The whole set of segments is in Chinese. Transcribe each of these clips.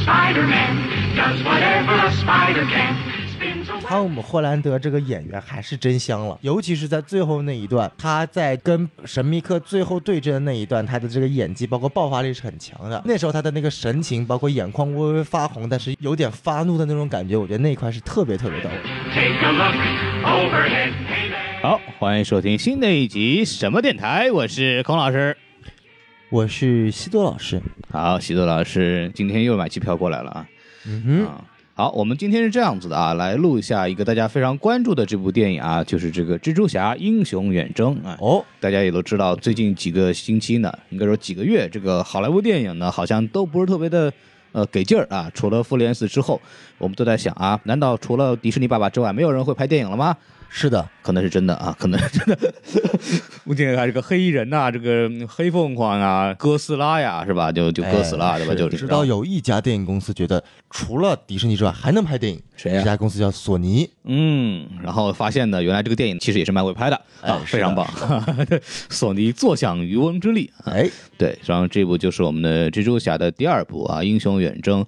Spider-Man does whatever a spider can. Spins a 汤姆·霍兰德这个演员还是真香了，尤其是在最后那一段，他在跟神秘客最后对阵的那一段，他的这个演技包括爆发力是很强的。那时候他的那个神情，包括眼眶微微发红，但是有点发怒的那种感觉，我觉得那一块是特别特别到位。 Take a look overhead. Hey there. 好，欢迎收听新的一集什么电台，我是孔老师。我是西多老师，好，喜多老师今天又买机票过来了啊。嗯哼，啊，好，我们今天是这样子的啊，来录一下一个大家非常关注的这部电影啊，就是这个《蜘蛛侠：英雄远征》啊。哦，大家也都知道，最近几个星期呢，应该说几个月，这个好莱坞电影呢，好像都不是特别的。呃，给劲儿啊！除了《复联四》之后，我们都在想啊，难道除了迪士尼爸爸之外，没有人会拍电影了吗？是的，可能是真的啊， 可能是真的。目前还这个黑衣人呐、这个黑凤凰啊，哥斯拉呀，是吧？就就哥斯拉，哎对吧？是就直到有一家电影公司觉得除了迪士尼之外还能拍电影，谁呀这家公司叫索尼。嗯，然后发现呢，原来这个电影其实也是漫威拍的啊，哎非常棒， 索尼坐享渔翁之利。哎，对，然后这部就是我们的蜘蛛侠的第二部啊，《英雄远征》。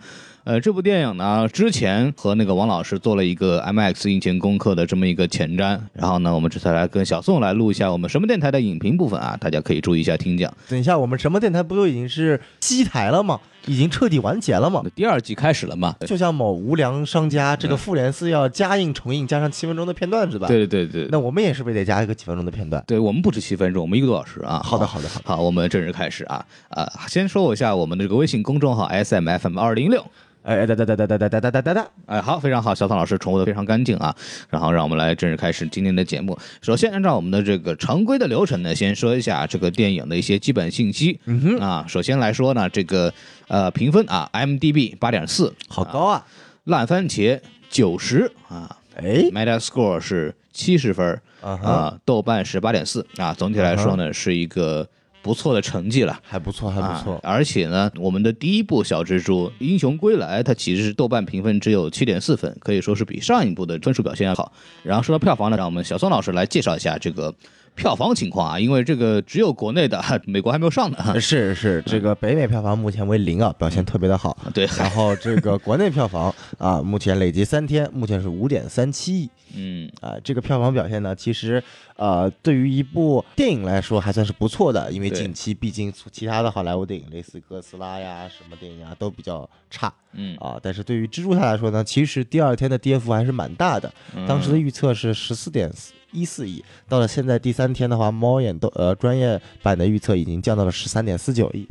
呃，这部电影呢，之前和那个王老师做了一个 MX 印前功课的这么一个前瞻，然后呢，我们这次来跟小宋来录一下我们什么电台的影评部分啊，大家可以注意一下听讲。等一下，我们什么电台不都已经是西台了吗？已经彻底完结了吗？第二季开始了嘛？就像某无良商家这个复联四要加印重印，加上七分钟的片段是吧？。对对对对，那我们也是不是得加一个几分钟的片段？对我们不止七分钟，我们一个多小时啊。好的，好的，好的。好，我们正式开始啊啊、先说一下我们的这个微信公众号 S M F M 二零六。哎，哒哒哒哒哒哒哒哒哒哒哒。哎，好，非常好，小唐老师重复的非常干净啊。然后让我们来正式开始今天的节目。首先，按照我们的这个常规的流程呢，先说一下这个电影的一些基本信息。嗯哼啊，首先来说呢，这个呃评分啊，MDB 八点四，好高啊！烂番茄九十啊哎， ，Metascore 是七十分儿啊哈，啊，豆瓣是八点四啊。总体来说呢，是一个不错的成绩了。还不错，还不啊错。而且呢，我们的第一部《小蜘蛛：英雄归来》，它其实是豆瓣评分只有七点四分，可以说是比上一部的分数表现要好。然后说到票房呢，让我们小宋老师来介绍一下这个票房情况啊，因为这个只有国内的，哈美国还没有上呢。啊是是，嗯这个北美票房目前为零啊，表现特别的好。对，然后这个国内票房 啊，目前累计三天，目前是五点三七亿嗯，啊。这个票房表现呢，其实呃，对于一部电影来说还算是不错的，因为对近期毕竟其他的好莱坞电影，类似哥斯拉呀、什么电影啊，都比较差。嗯啊，但是对于蜘蛛侠来说呢，其实第二天的跌幅还是蛮大的，嗯当时的预测是十四点一四亿，到了现在第三天的话，猫眼豆呃专业版的预测已经降到了十三点四九亿。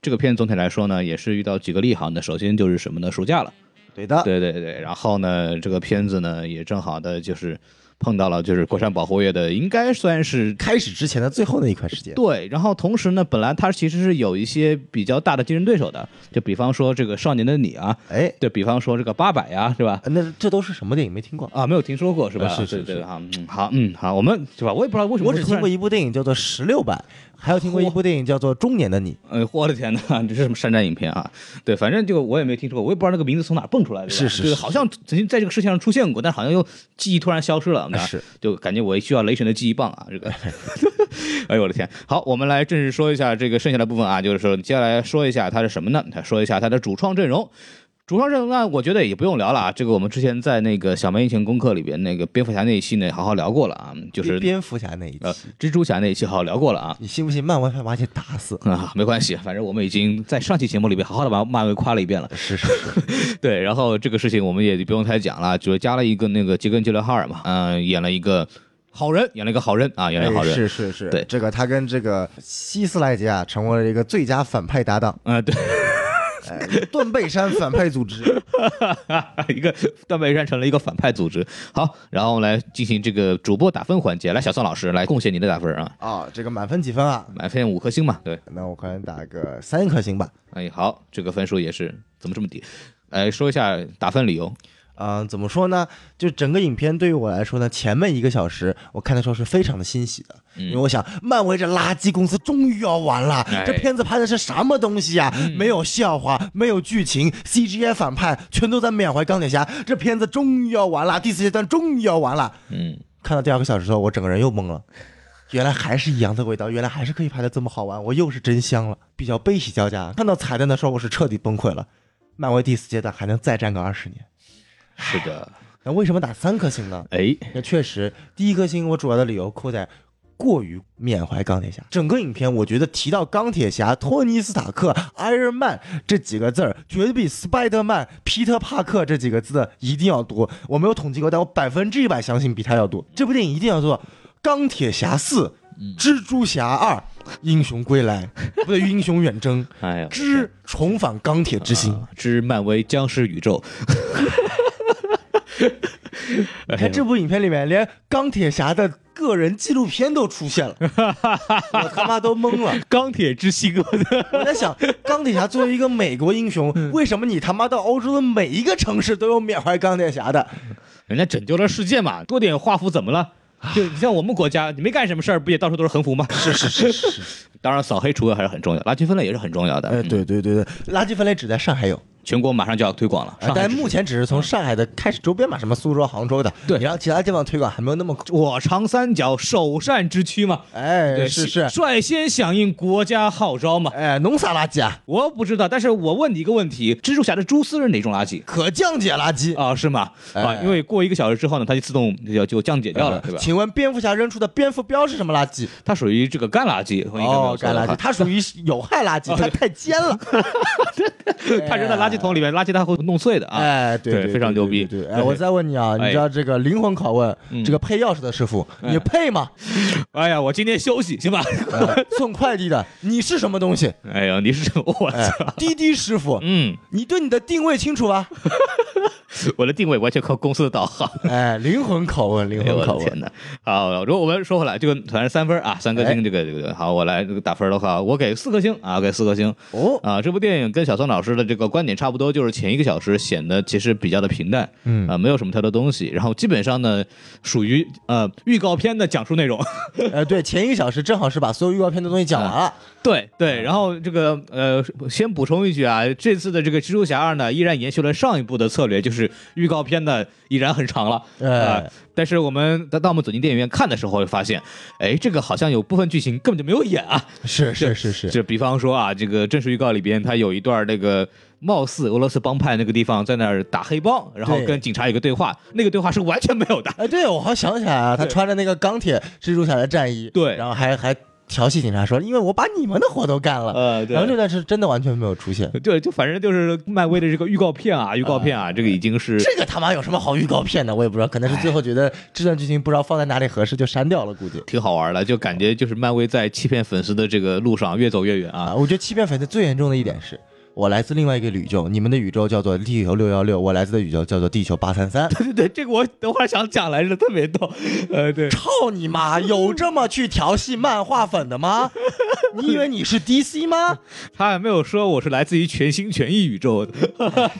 这个片总体来说呢，也是遇到几个利好呢。首先就是什么呢？暑假了，对的，对对对。然后呢，这个片子呢也正好的就是碰到了就是国产保护月的，应该算是开始之前的最后那一块时间，对，然后同时呢，本来它其实是有一些比较大的竞争对手的，就比方说这个《少年的你》啊，哎，对比方说这个《八佰》呀，是吧？那这都是什么电影没听过？啊，没有听说过是吧？呃是是对是对啊，嗯，好，嗯，好，我们是吧？我也不知道为什么我只突听然过一部电影叫做《十六版》，还有听过一部电影叫做《中年的你呃，我的 天哪，这是什么山寨影片啊？对，反正就我也没听说过，我也不知道那个名字从哪儿蹦出来的，对吧是是对是好像曾经在这个世界上出现过，但好像又记忆突然消失了，对吧啊是，就感觉我需要雷神的记忆棒啊，这个， 哎呦我的天！好，我们来正式说一下这个剩下的部分啊，就是说接下来说一下它是什么呢？说一下它的主创阵容。主创阵容呢，我觉得也不用聊了啊，这个我们之前在那个小梅疫情功课里边那个蝙蝠侠那一期呢，好好聊过了啊，》，就就是是蝙蝠侠那一呃期。蜘蛛侠那一期好好聊过了啊。你信不信漫威会把你打死？啊，没关系，反正我们已经在上期节目里边好好的把漫威夸了一遍了。是是是，对，然后这个事情我们也就不用太讲了，就是加了一个那个杰根·杰伦哈尔嘛，嗯、演了一个好人，演了一个好人啊，演了一个好哎人。是是是，对这个他跟这个希斯莱杰啊，成为了一个最佳反派搭档。嗯、对， 哎盾背山反派组织， 一个断背山成了一个反派组织。好，然后我们来进行这个主播打分环节，来，小宋老师来贡献你的打分啊，啊、这个满分几分啊？满分五颗星嘛，对，那我可能打个三颗星吧。哎，好，这个分数也是怎么这么低？哎，说一下打分理由，嗯、怎么说呢？就整个影片对于我来说呢，前面一个小时我看的时候是非常的欣喜的，因为我想，漫威这垃圾公司终于要完了，哎这片子拍的是什么东西啊？没有笑话，没有剧情，CGI 反派全都在缅怀钢铁侠，这片子终于要完了，第四阶段终于要完了。嗯，看到第二个小时的时候，我整个人又懵了，原来还是一样的味道，原来还是可以拍的这么好玩，我又是真香了，比较悲喜交加。看到彩蛋的时候，我是彻底崩溃了。漫威第四阶段还能再战个二十年。是的，那为什么打三颗星呢？哎，那确实，第一颗星我主要的理由扣在过于缅怀钢铁侠。整个影片我觉得提到钢铁侠、托尼·斯塔克、Iron Man 这几个字儿，绝对比 Spider Man、皮特·帕克这几个字的一定要多。我没有统计过，但我百分之一百相信比他要多。这部电影一定要做《钢铁侠四》《蜘蛛侠二》《英雄归来》不对，《英雄远征》哎呀，之重返钢铁之心。啊之漫威僵尸宇宙，你看这部影片里面，连钢铁侠的个人纪录片都出 现了，我他妈都懵了。钢铁之心，我的我在想，钢铁侠作为一个美国英雄，为什么你他妈到欧洲的每一个城市都有缅怀钢铁侠的？人家拯救了世界嘛，多点画符怎么了？就你像我们国家，你没干什么事儿，不也到处都是横幅吗？是是是是， 当然扫黑除恶还是很重要，垃圾分类也是很重要的。哎，嗯，对对对对，垃圾分类只在上海有，全国马上就要推广了，哎上海但只是目前只是从上海的开始，周边嘛，什么苏州、杭州的，对你让其他地方推广还没有那么，我长三角首善之区嘛，哎，是是，率先响应国家号召嘛。哎，农撒垃圾啊，我不知道，但是我问你一个问题：蜘蛛侠的蛛丝是哪种垃圾可降解垃圾。啊？是吗？啊，哎因为过一个小时之后呢，它就自动就就降解掉了，对吧？嗯请问蝙蝠侠扔出的蝙蝠镖是什么垃圾？它属于这个干垃圾，我应该没有哦，错干的垃圾，话它属于 有害垃哦圾，它太尖了。 它扔到垃圾桶里面，垃圾它会弄碎的 啊。哎，对对对，对非常牛逼嗯对对，对哎，我再问你啊，你知道这个灵魂拷问，这个配钥匙的师傅，你配 吗？哎呀，我今天休息行吧？哎送快递的，你是什么东西？ 哎呀，你是什么？我 哎操！，滴滴师傅，嗯，你对你的定位清楚吧？我的定位完全靠公司的导航。哎，灵魂拷问， 灵哎魂呦我的拷天问，哪！好，如果我们说回来，这个团是三分啊，三颗哎星，这个这个好，我来这个打分的话，我给四颗星啊，给四颗星。哦，啊，这部电影跟小宋老师的这个观点差不多，就是前一个小时显得其实比较的平淡，嗯啊、没有什么太多东西，然后基本上呢，属于呃预告片的讲述内容，呃，对，前一个小时正好是把所有预告片的东西讲完啊了，对对，然后这个呃，先补充一句啊，这次的这个蜘蛛侠二呢，依然延续了上一部的策略，就是预告片呢依然很长了，呃哎，但是我们当当我们走进电影院看的时候，会发现，哎，这个好像有部分剧情根本就没有演啊，是是是是，就比方说啊，这个正式预告里边，它有一段那个貌似俄罗斯帮派那个地方在那儿打黑帮，然后对跟警察有个对话，那个对话是完全没有的。哎，对我好想起来啊，他穿着那个钢铁蜘蛛侠的战衣，对然后还还调戏警察说，因为我把你们的活都干了，呃对然后这段是真的完全没有出现，对，就反正就是漫威的这个预告片啊，预告片啊，这个已经是这个他妈有什么好预告片的？我也不知道，可能是最后觉得这段剧情不知道放在哪里合适，就删掉了，估计。挺好玩的，就感觉就是漫威在欺骗粉丝的这个路上越走越远啊，啊。我觉得欺骗粉丝最严重的一点是，我来自另外一个宇宙，你们的宇宙叫做地球六幺六，我来自的宇宙叫做地球八三三。对对对，这个我等会儿想讲来着，特别逗。呃，对，操你妈！有这么去调戏漫画粉的吗？ 你以为你是 DC 吗？他还没有说我是来自于全心全意宇宙的。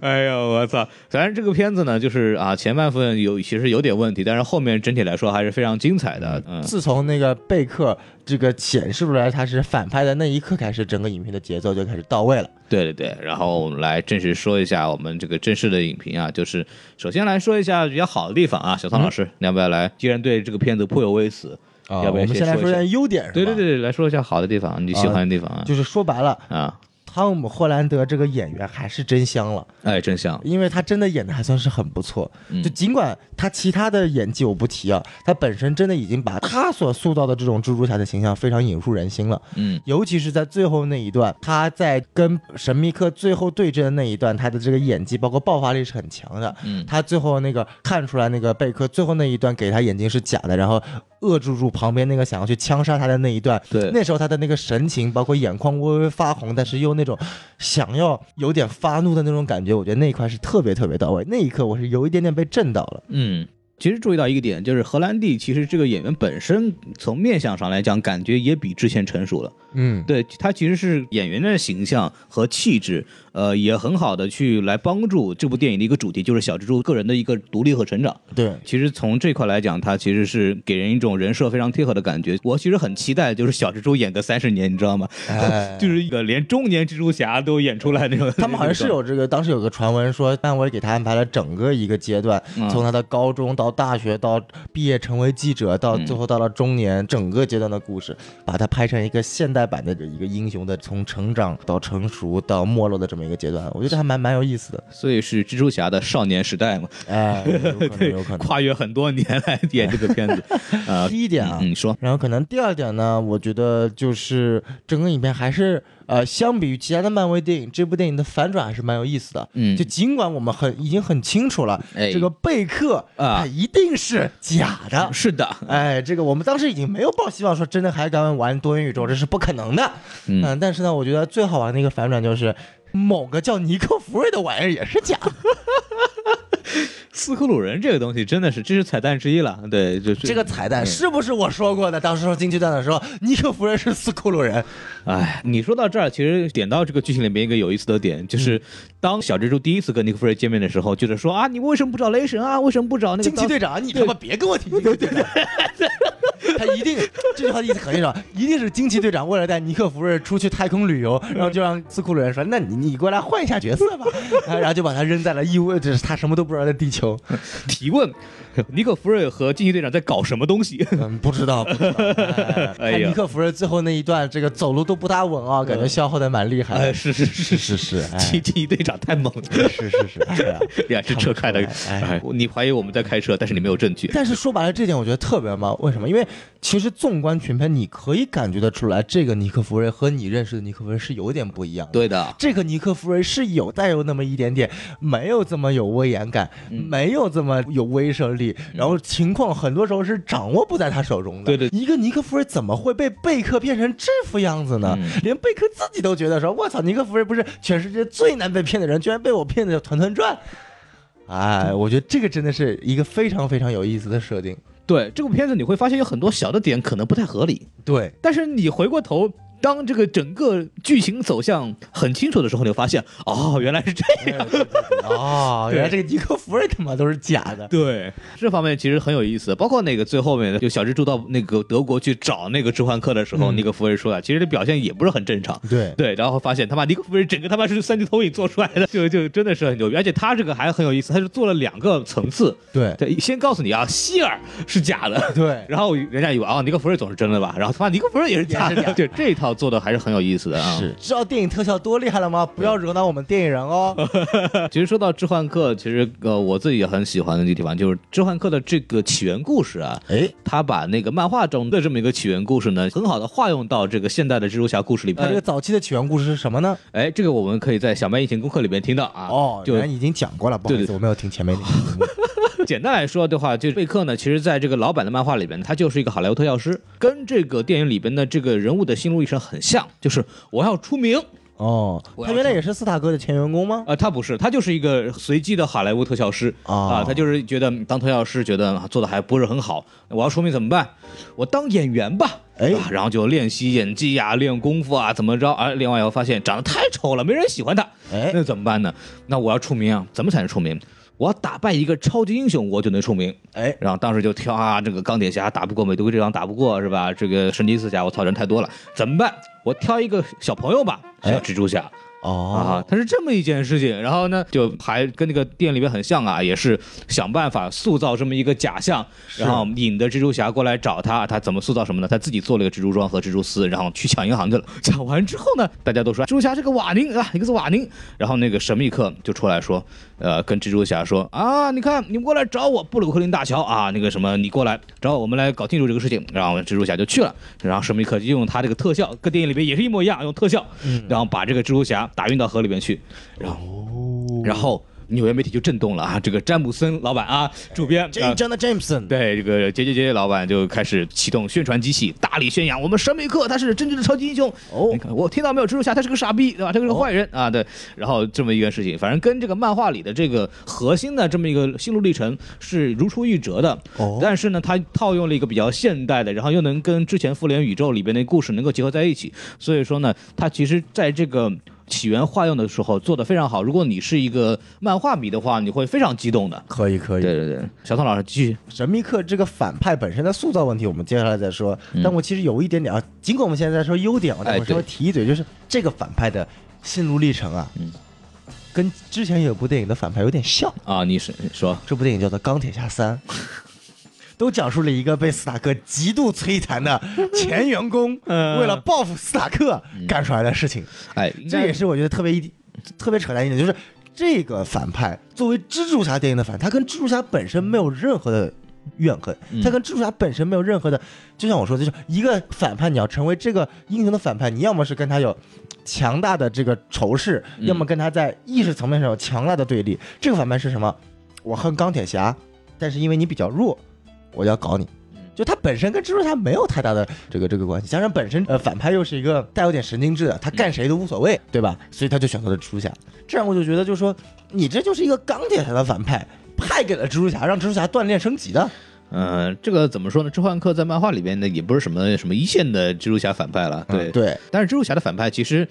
哎呦，我操！反正这个片子呢，就是啊，前半分有其实有点问题，但是后面整体来说还是非常精彩的。嗯，自从那个贝克这个显示出来他是反派的那一刻开始，整个影片的节奏就开始到位了。对对对。然后我们来正式说一下我们这个正式的影评啊，就是首先来说一下比较好的地方啊，小唐老师，你要不要来？既然对这个片子颇有微词，啊，要不我要们先先来说说一下点优点，是吧对对，对，来说一下好的地方，你喜欢的地方啊。就是说白了，啊，汤姆·霍兰德这个演员还是真香了。哎，真香！因为他真的演的还算是很不错。就尽管他其他的演技我不提啊，他本身真的已经把他所塑造的这种蜘蛛侠的形象非常引入人心了。嗯，尤其是在最后那一段，他在跟神秘客最后对阵的那一段，他的这个演技包括爆发力是很强的。嗯他最后那个看出来那个贝克最后那一段给他眼睛是假的，然后扼住住旁边那个想要去枪杀他的那一段，对那时候他的那个神情，包括眼眶微微发红，但是又那种想要有点发怒的那种感觉，我觉得那一块是特别特别到位。那一刻我是有一点点被震到了。嗯，其实注意到一个点，就是荷兰弟其实这个演员本身从面相上来讲，感觉也比之前成熟了。嗯，对他其实是演员的形象和气质，呃，也很好的去来帮助这部电影的一个主题，就是小蜘蛛个人的一个独立和成长。对，其实从这块来讲，他其实是给人一种人设非常贴合的感觉。我其实很期待，就是小蜘蛛演个三十年，你知道吗？哎 就是一个连中年蜘蛛侠都演出来那种。他 们好像是有这个，当时有个传闻说，漫威给他安排了整个一个阶段，从他的高中到到大学，到毕业成为记者，到嗯最后到了中年，整个阶段的故事，把它拍成一个现代版的一个英雄的从成长到成熟到没落的这么一个阶段，我觉得还蛮蛮有意思的。所以是蜘蛛侠的少年时代嘛，哎，有可 能，有可能。跨越很多年来演这个 片子，呃，第一点啊，嗯，你说，然后可能第二点呢，我觉得就是整个影片还是呃，相比于其他的漫威电影，这部电影的反转还是蛮有意思的。嗯就尽管我们很已经很清楚了，哎这个贝克啊他一定是假的。是的，哎，这个我们当时已经没有抱希望说真的还敢玩多元宇宙，这是不可能的。呃嗯但是呢，我觉得最好玩的一个反转就是。某个叫尼克弗瑞的玩意儿也是假的，斯克鲁人这个东西真的是这是彩蛋之一了，对，嗯就这个彩蛋是不是我说过的？当时说进去段的时候，尼克弗瑞是斯库鲁人，哎，你说到这儿，其实点到这个剧情里面一个有意思的点，就是当小蜘蛛第一次跟尼克弗瑞见面的时候，就是说啊，你为什么不找雷神啊？为什么不找那个惊奇当队长，你他妈别跟我提惊奇队长， 他一定这句话的意思很清楚，一定是惊奇队长为了带尼克弗瑞出去太空旅游，然后就让斯库鲁人说，那你你过来换一下角色吧， 然后就把他扔在了异位，这是他什么都不知道的地 球，提问？尼克弗瑞和惊奇队长在搞什么东西？嗯，不知道，不知道。哎哎看呀尼克弗瑞最后那一段，这个走路都不大稳啊，感觉消耗的蛮厉害哎，的。是是是是是哎惊惊奇队长太猛了。 是是是，哎呀。呀，这车开的，哎哎，你怀疑我们在开车，但是你没有证据。但是说白了，这点我觉得特别棒。为什么？因为其实纵观全片，你可以感觉得出来，这个尼克弗瑞和你认识的尼克弗瑞是有点不一样的。对的，这个尼克弗瑞是有带有那么一点点，没有这么有威严感，没有这么有威慑力，然后情况很多时候是掌握不在他手中的。对对一个尼克弗瑞怎么会被贝克变成这副样子呢？连贝克自己都觉得说：“我操，尼克弗瑞不是全世界最难被骗的人，居然被我骗得团团转。”哎，我觉得这个真的是一个非常非常有意思的设定。对这部片子你会发现有很多小的点可能不太合理， 对，但是你回过头，当这个整个剧情走向很清楚的时候，你会发现，哦，原来是这样。哦，原来这个尼克弗瑞他妈都是假的。对这方面其实很有意思，包括那个最后面的，就小蜘蛛到那个德国去找那个置换客的时候，嗯尼克弗瑞说啊的，其实这表现也不是很正常。对对，然后发现他妈尼克弗瑞整个他妈是三 D 投影做出来的，就就真的是很牛逼，而且他这个还很有意思，他是做了两个层次，对对，先告诉你啊，希尔是假的，对然后人家以为啊尼克弗瑞总是真的吧，然后他妈尼克弗瑞也是也假是的，假的对，这一套做的还是很有意思的啊。是，知道电影特效多厉害了吗？不要惹到我们电影人哦。其实说到置换客，其实呃我自己也很喜欢的一个地方就是置换客的这个起源故事啊，哎，他把那个漫画中的这么一个起源故事呢，很好的化用到这个现代的蜘蛛侠故事里他这个边。早期的起源故事是什么呢？哎，这个我们可以在小麦疫情功课里面听到啊。哦，就原来已经讲过了，不好对意思，对我没有听前面那个节目。 简单来说的话，就贝克呢，其实在这个老版的漫画里边，他就是一个好莱坞特效师，跟这个电影里边的这个人物的心路历程很像，就是我要出名。哦，我要他原来也是斯塔克的前员工吗？呃，他不是，他就是一个随机的好莱坞特效师啊、哦他就是觉得当特效师觉得啊做的还不是很好，我要出名怎么办？我当演员吧，哎啊然后就练习演技呀、练功夫啊，怎么着？啊，另外以后发现长得太丑了，没人喜欢他，哎那怎么办呢？那我要出名啊，怎么才能出名？我要打败一个超级英雄，我就能出名。哎，然后当时就挑啊，这个钢铁侠打不过，美队队长打不过是吧？这个神奇四侠，我操，人太多了，怎么办？我挑一个小朋友吧，小哎蜘蛛侠。啊哦，，它是这么一件事情。然后呢，就还跟那个店里面很像啊，也是想办法塑造这么一个假象，然后引的蜘蛛侠过来找他。他怎么塑造什么呢？他自己做了一个蜘蛛装和蜘蛛丝，然后去抢银行去了。 抢完之后呢，大家都说蜘蛛侠是个瓦宁啊，一个是瓦宁。然后那个神秘客就出来说，呃，跟蜘蛛侠说啊，你看你过来找我，布鲁克林大桥啊，那个什么，你过来找我，我们来搞清楚这个事情。然后蜘蛛侠就去了，然后神秘客就用他这个特效，跟电影里面也是一模一样，用特效，嗯然后把这个蜘蛛侠打运到河里面去，然后哦然后纽约媒体就震动了啊，这个詹姆森老板啊，主编这啊一张的 Jameson，对，这个杰杰杰老板就开始启动宣传机器，大力宣扬我们神秘客他是真正的超级英雄。哦你看我听到没有？蜘蛛侠他是个傻逼，对吧？他是个坏人、啊，对。然后这么一个事情，反正跟这个漫画里的这个核心的这么一个心路历程是如出一辙的。哦但是呢，他套用了一个比较现代的，然后又能跟之前复联宇宙里边的故事能够结合在一起，所以说呢，他其实在这个。起源化用的时候做的非常好，如果你是一个漫画迷的话，你会非常激动的。可以可以对。对对，小宋老师继续。神秘客这个反派本身的塑造问题，我们接下来再说。但我其实有一点点啊，尽管我们现在在说优点，我嗯哎但我稍微对嗯提一嘴，就是这个反派的心路历程啊，跟之前有部电影的反派有点像。啊，你是说这部电影叫做《钢铁侠三》， 都讲述了一个被斯塔克极度摧残的前员工，嗯为了报复斯塔克干出来的事情。哎，应该这也是我觉得特别一特别扯淡一点，就是这个反派作为蜘蛛侠电影的反派，他跟蜘蛛侠本身没有任何的。怨恨，他跟蜘蛛侠本身没有任何的，就像我说的，就是一个反派，你要成为这个英雄的反派，你要么是跟他有强大的这个仇视，嗯要么跟他在意识层面上有强大的对立。这个反派是什么？我恨钢铁侠，但是因为你比较弱，我要搞你。嗯就他本身跟蜘蛛侠没有太大的这个这个关系，加上本身呃反派又是一个带有点神经质的，他干谁都无所嗯谓，对吧？所以他就选择了蜘蛛侠。这样我就觉得，就是说你这就是一个钢铁侠的反派，派给了蜘蛛侠，让蜘蛛侠锻炼升级的。嗯，这个怎么说呢？置换克在漫画里边呢，也不是什么什么一线的蜘蛛侠反派了，对、嗯对，但是蜘蛛侠的反派其实。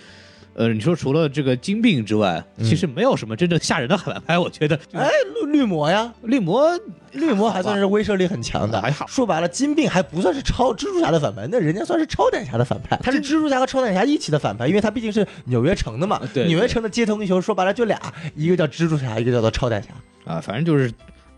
呃，你说除了这个金病之外，其实没有什么真正吓人的反派，我觉得。哎，绿绿魔呀，绿魔绿魔还算是威慑力很强的，还好说白了，金并还不算是超蜘蛛侠的反派，那人家算是超胆侠的反派，他是蜘蛛侠和超胆侠一起的反派，因为他毕竟是纽约城的嘛。对纽约城的街头英雄说白了就俩，一个叫蜘蛛侠，一个叫做超胆侠。啊，反正就是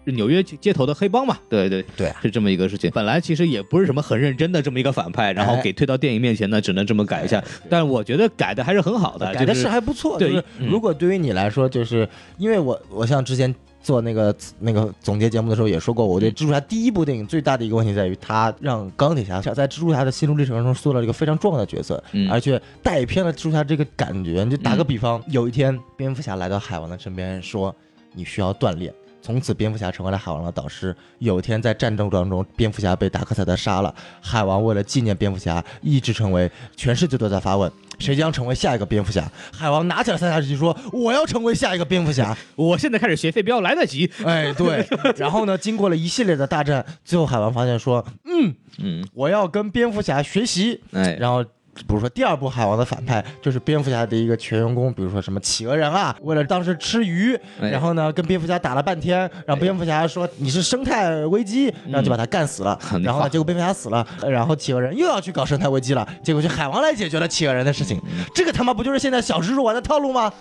纽约街头的黑帮嘛，对对对啊是这么一个事情。本来其实也不是什么很认真的这么一个反派，然后哎给推到电影面前呢，只能这么改一下。但我觉得改的还是很好的，改的啊就是还不错。对就是嗯如果对于你来说，就是因为我我像之前做那个那个总结节目的时候也说过，我嗯对蜘蛛侠第一部电影最大的一个问题在于，他让钢铁侠在蜘蛛侠的心路历程中塑造了一个非常重要的角色，嗯而且带偏了蜘蛛侠这个感觉。你就打个比方，有一天蝙蝠侠来到海王的身边说：“你需要锻炼。”从此，蝙蝠侠成为了海王的导师。有一天，在战斗当中，蝙蝠侠被达克赛德杀了。海王为了纪念蝙蝠侠，一直成为全世界都在发问：谁将成为下一个蝙蝠侠？海王拿起了三叉戟说：“我要成为下一个蝙蝠侠。”我现在开始学飞镖来得及。哎，对。然后呢，经过了一系列的大战，最后海王发现说嗯，：“我要跟蝙蝠侠学习。”哎，然后。比如说，第二部海王的反派就是蝙蝠侠的一个全员工，比如说什么企鹅人啊，为了当时吃鱼，哎然后呢跟蝙蝠侠打了半天，然后蝙蝠侠说你是生态危机，然后就把他干死了。嗯然后好呢，结果蝙蝠侠死了，然后企鹅人又要去搞生态危机了，结果是海王来解决了企鹅人的事情，嗯这个他妈不就是现在小蜘蛛玩的套路吗？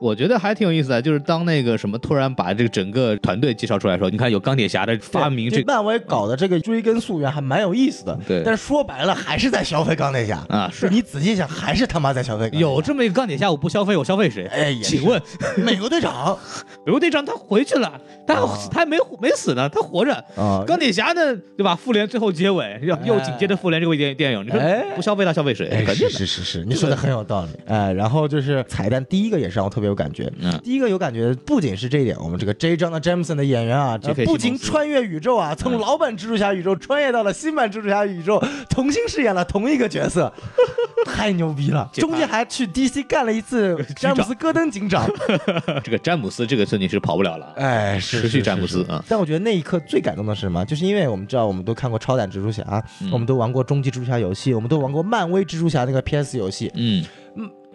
我觉得还挺有意思的，就是当那个什么突然把这个整个团队介绍出来的时候，你看有钢铁侠的发明对这嗯这漫威搞的这个追根溯源还蛮有意思的，对但是说白了还是在消费钢铁侠啊是就你仔细想，还是他妈在消费钢铁侠有这么一个钢铁侠，我不消费，我消费谁？哎也是请问美国队长。美国队长他回去了，他、啊他还没没死呢，他活着。啊钢铁侠呢，对吧？复联最后结尾，又又紧接着复联这个电电影，你说哎不消费他消费谁？哎，肯定是的。是是是，你说的很有道理。哎，然后就是彩蛋，第一个也是让我特别有感觉。嗯第一个有感觉，不仅是这一点，我们这个 J 章的詹姆森的演员啊，杰这克西蒙斯不仅穿越宇宙啊，嗯从老版蜘蛛侠宇宙穿越到了新版蜘蛛侠宇宙，重新饰演了同一个角色， 太牛逼了！这个中间还去 DC 干了一 次詹姆斯戈登警长， 这个詹姆斯这个事情是跑不了了，哎，是持续詹姆。是是斯啊，但我觉得那一刻最感动的是什么？就是因为我们知道，我们都看过超胆蜘蛛侠，嗯我们都玩过终极蜘蛛侠游戏，我们都玩过漫威蜘蛛侠那个 PS 游戏。嗯，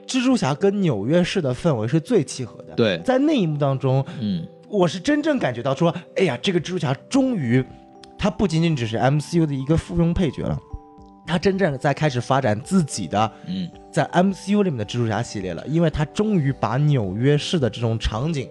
蜘蛛侠跟纽约市的氛围是最契合的。对在那一幕当中，嗯，我是真正感觉到说，哎呀，这个蜘蛛侠终于，他不仅仅只是 MCU 的一个附庸配角了，他真正在开始发展自己的。嗯，在 MCU 里面的蜘蛛侠系列了，因为他终于把纽约市的这种场景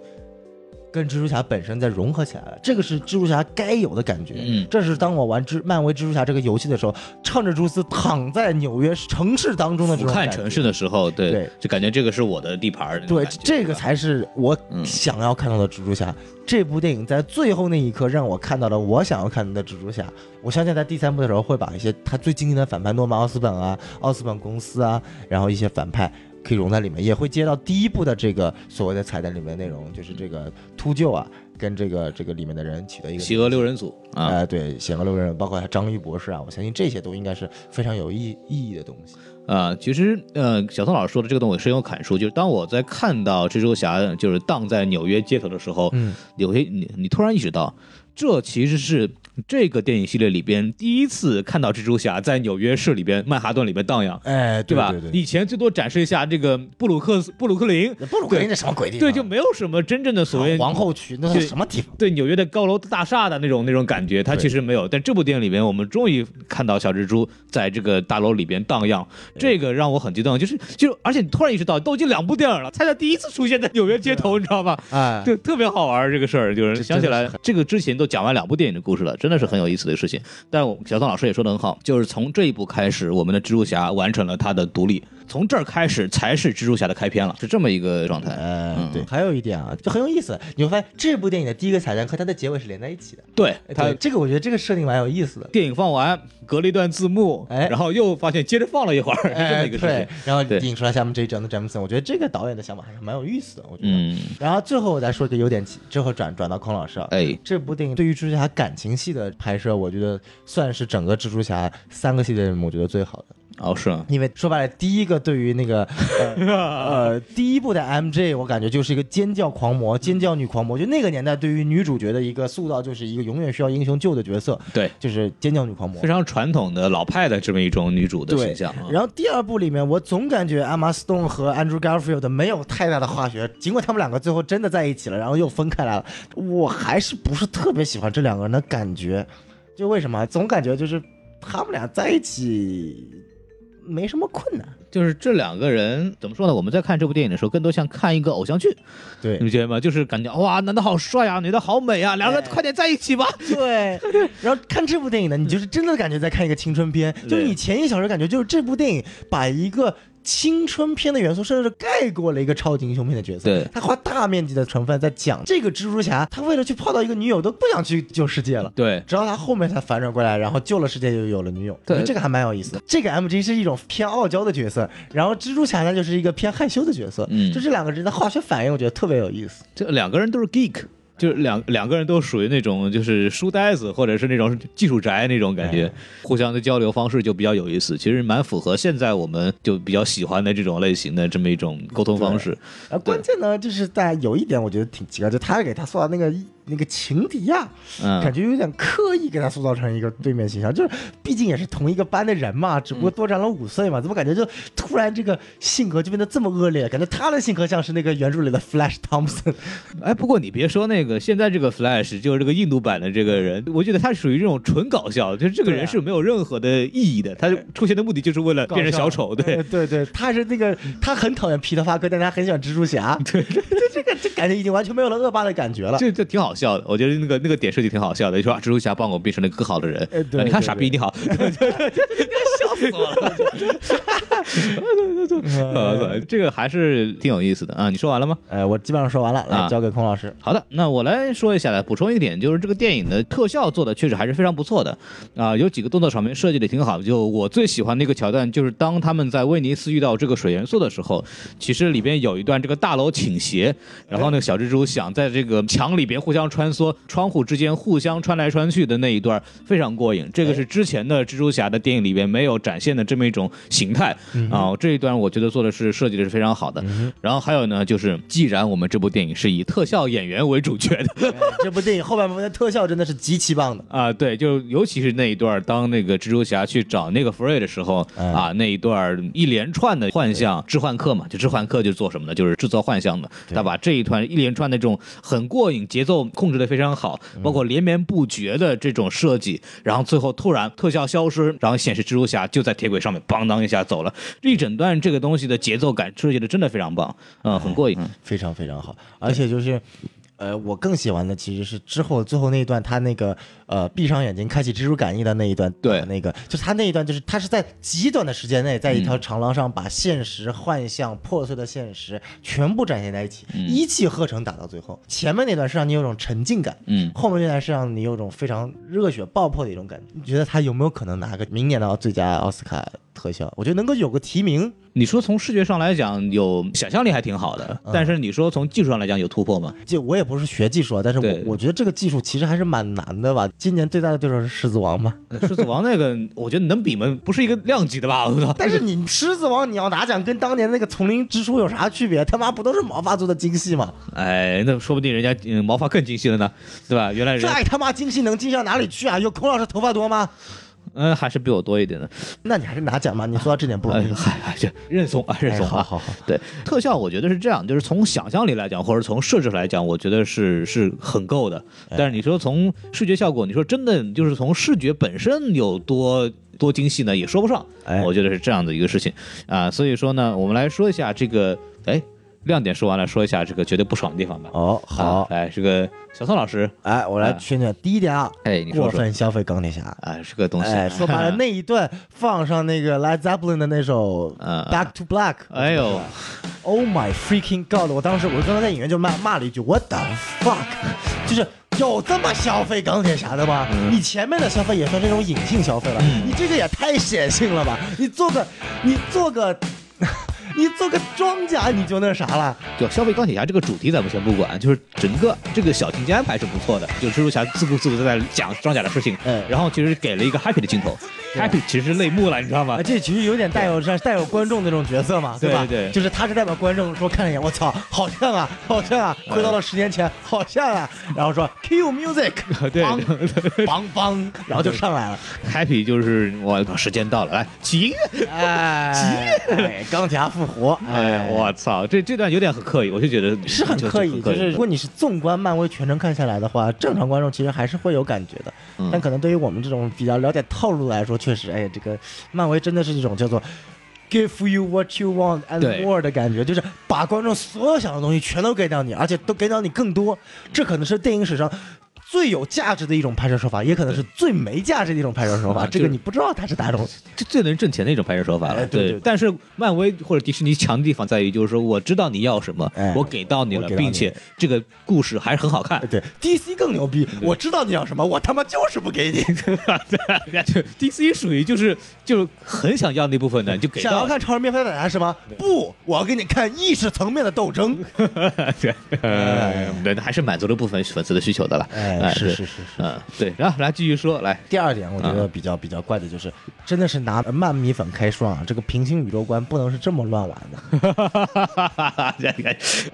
跟蜘蛛侠本身再融合起来了，这个是蜘蛛侠该有的感觉。嗯这是当我玩蜘漫威蜘蛛侠这个游戏的时候，唱着蛛丝躺在纽约城市当中的这俯种瞰感觉城市的时候，对，对就感觉这个是我的地盘儿那种对感，觉这个才是我嗯想要看到的蜘蛛侠。这部电影在最后那一刻让我看到了我想要看到的蜘蛛侠。我相信在第三部的时候会把一些他最经典的反派诺曼奥斯本啊、奥斯本公司啊，然后一些反派。可以融在里面，也会接到第一部的这个所谓的彩蛋里面的内容，就是这个秃鹫啊，跟这个这个里面的人取得一个邪恶六人组啊，哎，对，险恶六人，包括章鱼博士啊，我相信这些都应该是非常有意意义的东西。呃，其实呃，小宋老师说的这个东西我深有感触，就是当我在看到蜘蛛侠就是荡在纽约街头的时候，嗯，有些你你突然意识到，这其实是这个电影系列里边第一次看到蜘蛛侠在纽约市里边曼哈顿里边荡漾，哎，对吧？对对，以前最多展示一下这个布鲁克斯布鲁克林，布鲁克林这什么鬼地方？啊对，就没有什么真正的所谓皇后区，那是对什么地方？对纽约的高楼大厦的那种那种感觉，它对其实没有。但这部电影里面，我们终于看到小蜘蛛在这个大楼里边荡漾，这个让我很激动。就是就而且你突然意识到，都已经两部电影了，他才第一次出现在纽约街头，你知道吧？哎，对，特别好玩儿这个事儿，就是这想起真的是来这个之前都讲完两部电影的故事了，真的是很有意思的一个事情。但我小宋老师也说的很好，就是从这一部开始，我们的蜘蛛侠完成了他的独立，从这儿开始才是蜘蛛侠的开篇了，是这么一个状态。呃嗯，对，还有一点啊，就很有意思，你会发现这部电影的第一个彩蛋和它的结尾是连在一起的。对哎他对这个我觉得这个设定蛮有意 思的。电影放完，隔了一段字幕，哎然后又发现接着放了一会儿，是这么哎，一个事情对。， 然后对引出来下面这一张的詹姆斯，我觉得这个导演的想法还是蛮有意思的，我觉得。嗯，然后最后我再说一个优点，之后转转到孔老师啊。哎，这部电影对于蜘蛛侠感情戏的拍摄，我觉得算是整个蜘蛛侠三个系列里面我觉得最好的。哦是啊，因为说白了，第一个对于那 个呃呃第一部的 MJ，我感觉就是一个尖叫狂魔、嗯尖叫女狂魔，就那个年代对于女主角的一个塑造，就是一个永远需要英雄救的角色，对，就是尖叫女狂魔非。常传统的老派的这么一种女主的对形象啊。然后第二部里面，我总感觉 Emma Stone 和 Andrew Garfield 没有太大的化学，尽管他们两个最后真的在一起了，然后又分开来了，我还是不是特别喜欢这两个人的感觉。就为什么总感觉就是他们俩在一起没什么困难？就是这两个人怎么说呢？我们在看这部电影的时候，更多像看一个偶像剧，对你们觉得吗？就是感觉哇，男的好帅啊，女的好美啊，两个哎快点在一起吧。 对，然后看这部电影呢，你就是真的感觉在看一个青春片，就是你前一个小时感觉就是这部电影把一个青春片的元素，甚至是盖过了一个超级英雄片的角色。对他花大面积的成分在讲这个蜘蛛侠，他为了去泡到一个女友都不想去救世界了。对，直到他后面才反转过来，然后救了世界，又有了女友。对我觉得这个还蛮有意思的。这个 MJ 是一种偏傲娇的角色，然后蜘蛛侠呢就是一个偏害羞的角色。嗯就这两个人的化学反应，我觉得特别有意思。这两个人都是 geek，就是两两个人都属于那种就是书呆子或者是那种技术宅那种感觉，哎互相的交流方式就比较有意思，其实蛮符合现在我们就比较喜欢的这种类型的这么一种沟通方式。而呃关键呢，就是在有一点我觉得挺奇怪，就他给他塑造那个那个情敌呀、感嗯，觉有点刻意给他塑造成一个对面形象，就是毕竟也是同一个班的人嘛，只不过多长了五岁嘛，怎么感觉就突然这个性格就变得这么恶劣？感觉他的性格像是那个原著里的 Flash Thompson，哎，不过你别说那个，现在这个 Flash 就是这个印度版的这个人，我觉得他属于这种纯搞笑，就是这个对人啊是没有任何的意义的，他出现的目的就是为了变成小丑，对哎。 对对，他是那个他很讨厌彼得·帕克，但他很喜欢蜘蛛 侠，对，这这个这感觉已经完全没有了恶霸的感觉了。这这挺好笑的，我觉得那个那个点设计挺好笑的，就说啊蜘蛛侠帮我变成了更好的人。哎对啊你看对傻对逼 你好，笑死我了。 呃，这个还是挺有意思的啊。你说完了吗？哎，我基本上说完了，啊来交给孔老师。 好的，那我来说一下来补充一点，就是这个电影的特效做的确实还是非常不错的啊、有几个动作场面设计的挺好的。就我最喜欢的一个桥段，就是当他们在威尼斯遇到这个水元素的时候，其实里边有一段这个大楼倾斜，然后那个小蜘蛛想在这个墙里边互相穿梭，窗户之间互相穿来穿去的那一段非常过瘾。这个是之前的蜘蛛侠的电影里边没有展现的这么一种形态啊、这一段我觉得做的是设计的是非常好的。然后还有呢，就是既然我们这部电影是以特效演员为主角的哎这部电影后半部分的特效真的是极其棒的。啊，对，就尤其是那一段儿当那个蜘蛛侠去找那个福瑞的时候哎啊，那一段儿一连串的幻象置换课嘛，就置换课就是做什么的，就是制造幻象的。他把这一团一连串的这种很过瘾，节奏控制的非常好，包括连绵不绝的这种设计，然后最后突然特效消失，然后显示蜘蛛侠就在铁轨上面邦当一下走了，这一整段这个东西的节奏感设计的真的非常棒，嗯，很过瘾。非常非常好，而且就是。呃，我更喜欢的其实是之后最后那一段，他那个呃闭上眼睛开启蜘蛛感应的那一段，对那个就是他那一段，就是他是在极短的时间内，在一条长廊上把现实、幻象、破碎的现实全部展现在一起，嗯一气呵成打到最后。前面那段是让你有种沉浸感，嗯后面那段是让你有种非常热血爆破的一种感觉。你觉得他有没有可能拿个明年的最佳奥斯卡特效？我觉得能够有个提名，你说从视觉上来讲有想象力还挺好的，但是你说从技术上来讲有突破吗？就我也不是学技术啊，但是对我我觉得这个技术其实还是蛮难的吧。今年最大的对手是狮子王嘛，狮子王那个，我觉得能比吗？不是一个量级的吧？我 操！但是你狮子王你要拿奖，跟当年那个丛林之书有啥区别？他妈不都是毛发做的精细吗？哎，那说不定人家、嗯、毛发更精细了呢，对吧？原来人再他妈精细能精细到哪里去啊？有孔老师头发多吗？嗯还是比我多一点的，那你还是拿奖吧，你说到这点不容哎易。嗨、哎，这认怂啊，认哎怂啊！好好好，对特效，我觉得是这样，就是从想象力来讲，或者从设置来讲，我觉得是是很够的。哎但是你说从视觉效果，你说真的就是从视觉本身有多多精细呢，也说不上。哎我觉得是这样的一个事情啊，所以说呢，我们来说一下这个，哎，亮点说完了，说一下这个绝对不爽的地方吧。哦啊好，哎，这个小宋老师，哎，我来哎劝劝第一点啊，哎，你过说说，分消费钢铁侠。哎，这个东西，哎，说白 了，那一段放上那个 Led Zeppelin 的那首嗯《Back to Black》，哎呦， Oh my freaking god！我当时我刚刚在影院就骂骂了一句 What the fuck！就是有这么消费钢铁侠的吗？嗯你前面的消费也算这种隐性消费了，你这个也太显性了吧！你做个你做个 你做个装甲你就那啥了，就消费钢铁侠这个主题咱们先不管，就是整个这个小情节安排是不错的，就蜘蛛侠自顾自的在讲装甲的事情，嗯然后其实给了一个 happy 的 镜头，happy 其实是泪目了，你知道吗啊，？这其实有点带有这带有观众那种角色嘛，对吧？对就是他是代表观众说看了一眼，我操，好像啊，好像啊，嗯回到了十年前，好像啊，然后说 Q music， 对梆梆梆，然后就上来了。 happy 就是我时间到了，来起音乐，哎，哎钢铁侠复活，哎，我操，这这段有点很刻意，我就觉得是很刻意，就就是如果你是纵观漫威全程看下来的话，正常观众其实还是会有感觉的。嗯但可能对于我们这种比较了解套路来说，确实，哎，这个漫威真的是一种叫做 “give you what you want and 对 more” 的感觉，就是把观众所有想要的东西全都给到你，而且都给到你更多。这可能是电影史上。最有价值的一种拍摄手法，也可能是最没价值的一种拍摄手法。就这是个你不知道它是哪种，这最能挣钱的一种拍摄手法了。哎对对对但是漫威或者迪士尼强的地方在于，就是说我知道你要什么，哎我给到你我了，给到你哎并且这个故事还是很好看。对 DC 更牛逼。我知道你要什么，我他妈就是不给你。 对，DC 属于就是就是很想要那部分的，你就给想到要了。看超人面飞奶奶是吗？不，我要给你看意识层面的斗争。 对，呃，对，还是满足了部分粉丝的需求的了。哎是对是是是嗯，对，然后来继续说，来， 第二点，我觉得比较比较怪的就是，真的是拿漫迷粉开涮啊！这个平行宇宙观不能是这么乱玩的。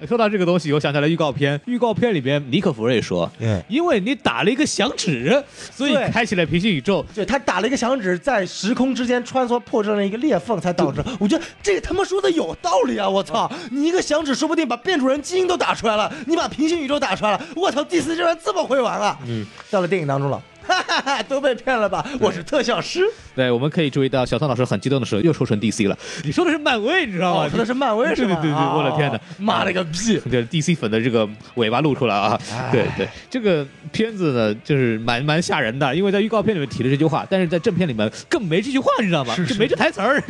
说到这个东西，我想起来预告片，预告片里边尼可弗瑞说嗯，因为你打了一个响指，所以对开启了平行宇宙。 对他打了一个响指，在时空之间穿梭破绽了一个裂缝，才导致。我觉得这个他妈说的有道理啊！我操，你一个响指说不定把变种人基因都打出来了，你把平行宇宙打出来了，我操，第四竟然这么会玩啊！嗯，到了电影当中了， 哈哈哈，都被骗了吧？我是特效师，对，我们可以注意到小宋老师很激动的时候又说成 DC 了，你说的是漫威，你知道哦吗？，说的是漫威是吧？对对对对我的天哪哦妈了个逼！对 DC 粉的这个尾巴露出来啊！对对，这个片子呢，就是蛮蛮吓人的，因为在预告片里面提了这句话，但是在正片里面更没这句话，你知道吗？是是就没这台词儿，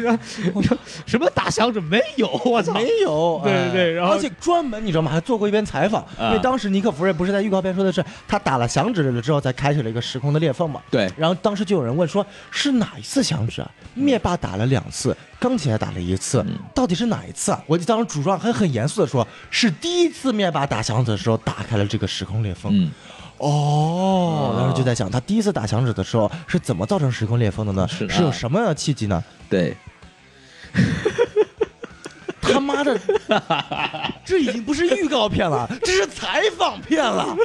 什么打响指没有，我操！没有，对哎对对然后而且专门你知道吗？还做过一篇采访，啊因为当时尼克弗瑞不是在预告片说的是他打了响指了之后才开启了一个时空的裂缝嘛？对然后当时就有人问说，是哪一次响指啊？灭霸打了两次，钢铁侠打了一次，嗯到底是哪一次啊？我就当时主创还很严肃的说，是第一次灭霸打响指的时候打开了这个时空裂缝。嗯，哦，啊当时就在想，他第一次打响指的时候是怎么造成时空裂缝的呢？是的是有什么样的契机呢？对，他妈 的，这已经不是预告片了，这是采访片了。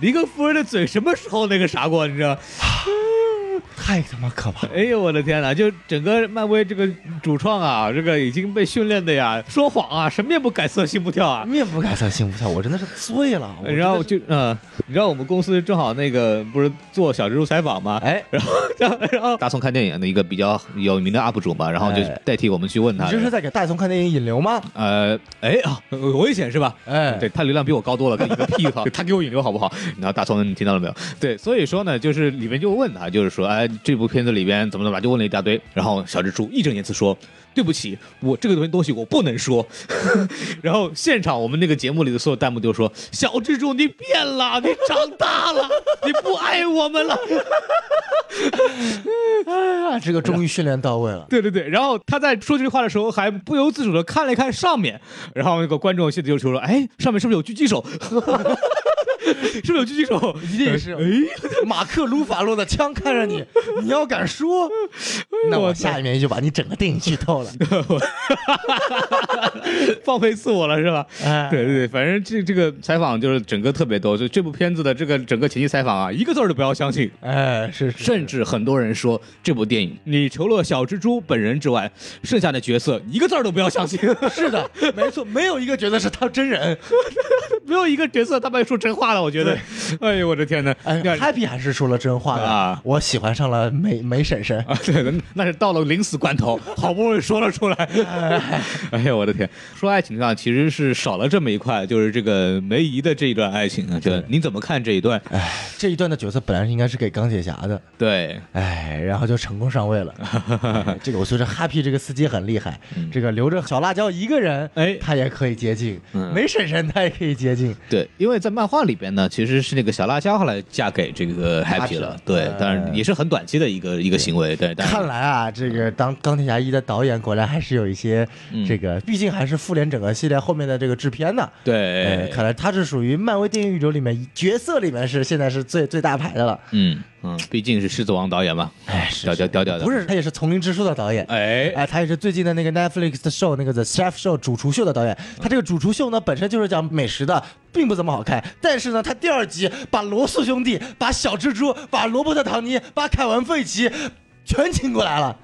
尼克夫人的嘴什么时候那个啥过？你知道？太他妈可怕了！哎呦我的天哪！就整个漫威这个主创啊，这个已经被训练的呀，说谎啊，什么也不改色心不跳啊。面不改色心不跳，我真的是醉了。我然后真的是就嗯，你知道我们公司正好那个不是做小蜘蛛采访吗？哎，然后然后大宋看电影的一个比较有名的 UP 主嘛，然后就哎代替我们去问他你。这是在给戴松看电影引流吗？呃，哎啊，危险是吧？哎对他流量比我高多了，跟一个屁哈，他给我引流好不好？然后大宋，你听到了没有？对，所以说呢，就是里面就问他，就是说，哎，这部片子里边怎么怎么，就问了一大堆。然后小蜘蛛义正言辞说：“对不起，我这个东西东西我不能说。” 然后现场我们那个节目里的所有弹幕就说：“小蜘蛛，你变了，你长大了，你不爱我们了。”啊，这个终于训练到位 了。对对对，然后他在说这句话的时候，还不由自主的看了一看上面，然后那个观众现在就说了：“哎，上面是不是有狙击手？” 是不是有狙击手？一定是哎，马克·鲁法洛的枪看着你，你要敢说，那哎我下一面就把你整个电影剧透了。放飞自我了是吧？哎对对对，反正这这个采访就是整个特别多，就这部片子的这个整个前期采访啊，一个字儿都不要相信。 哎，是是甚至很多人说，这部电影你除了小蜘蛛本人之外，剩下的角色一个字儿都不要 相信，是的，没错，没有一个觉得是他真人。没有一个角色他们说真话了。我觉得，哎呦我的天呐！哎那，Happy 还是说了真话的，啊我喜欢上了美美婶婶。啊，对的，那是到了临死关头，好不容易说了出来。 哎呀，我的天！说爱情上其实是少了这么一块，就是这个梅姨的这一段爱情啊。对，您怎么看这一段？哎这一段的角色本来是应该是给钢铁侠的，对，哎，然后就成功上位 了。哎这个我说这 Happy 这个司机很厉害，这个留着小辣椒一个人，嗯哎他也可以接近，嗯美婶婶他也可以接近。对，因为在漫画里边呢，其实是那个小辣椒后来嫁给这个 Happy 了了，对嗯，当然也是很短期的一个一个行为，对，但是看来啊，这个当钢铁侠一的导演果然还是有一些嗯这个，毕竟还是复联整个系列后面的这个制片呢。哎对，看来他是属于漫威电影宇宙里面角色里面是现在是最最大牌的了。嗯嗯，毕竟是狮子王导演嘛，哎，是屌屌屌屌的，不，是他也是《丛林之书》的导演？哎，哎，他也是最近的那个 Netflix 的 show 那个 The Chef Show 主厨秀的导演。他这个主厨秀呢，本身就是讲美食的，并不怎么好看。但是呢，他第二集把罗素兄弟、把小蜘蛛、把罗伯特·唐尼、把凯文·费奇全请过来了，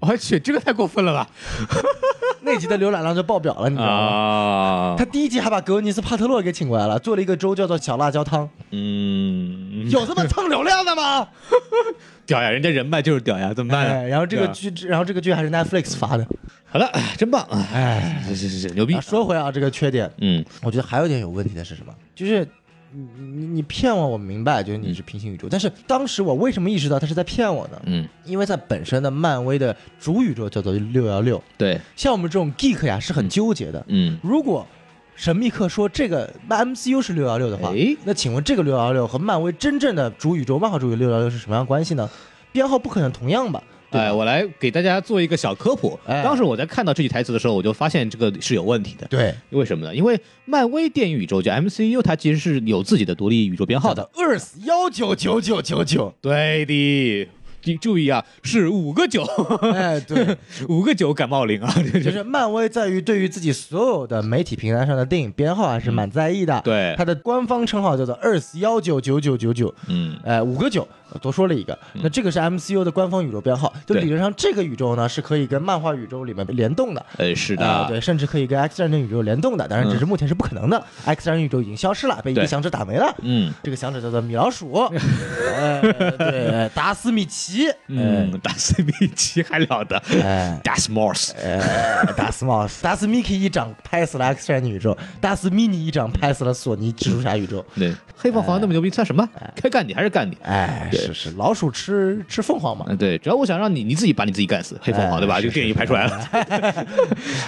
我去，这个太过分了吧？那集的浏览量就爆表了，你知道吗？啊他，第一集还把格温尼斯·帕特洛给请过来了，做了一个粥叫做小辣椒汤，嗯，有这么蹭流量的 吗？屌呀，人家人脉就是屌呀，怎么办哎，呢？然后这个对啊剧，然后这个剧还是 Netflix 发的。好了，哎真棒啊！哎，是是是，牛逼啊！说回啊，这个缺点，嗯我觉得还有一点有问题的是什么？就是你你你骗我，我明白，就是你是平行宇宙。但是当时我为什么意识到他是在骗我呢？嗯，因为在本身的漫威的主宇宙叫做六幺六，对，像我们这种 geek 呀是很纠结的。嗯如果神秘客说这个 MCU 是六幺六的话哎，那请问这个六幺六和漫威真正的主宇宙漫画主宇宙六幺六是什么样的关系呢？编号不可能同样吧？对吧哎，我来给大家做一个小科普。哎当时我在看到这句台词的时候，我就发现这个是有问题的。对，为什么呢？因为漫威电影宇宙就 MCU，它其实是有自己的独立宇宙编号的。 Earth 幺九九九九 九，对 的，你注意啊，是五个九，哎，对。五个九感冒灵啊，这 就就是是漫威在于对于自己所有的媒体平台上的电影编号还是蛮在意的。嗯对它的官方称号叫做 Earth 幺九九九九九，嗯呃，五个九，呃多说了一个。那这个是 MCU 的官方宇宙编号，就对理论上这个宇宙呢是可以跟漫画宇宙里面联动的。呃是啊、的，嗯对，甚至可以跟 X 战警宇宙联动的，当然这是目前是不可能的。X 战警宇宙已经消失了，被一个对响指打没了。嗯这个响指叫做米老 鼠，呃，对，达斯米奇，嗯，打 CB 7还了得哎， ，Das Morse，呃，达斯 Mouse，达斯 Mickey 一掌拍死了 X 战警宇宙，达斯 Mini 一掌拍死了索尼蜘蛛侠宇宙。对，黑凤凰那么牛逼算什么？该干你还是干你。哎，是是，老鼠吃吃凤凰嘛。嗯，对，只要我想让你你自己把你自己干死，黑凤凰、哎对吧？是这个电影拍出来 了，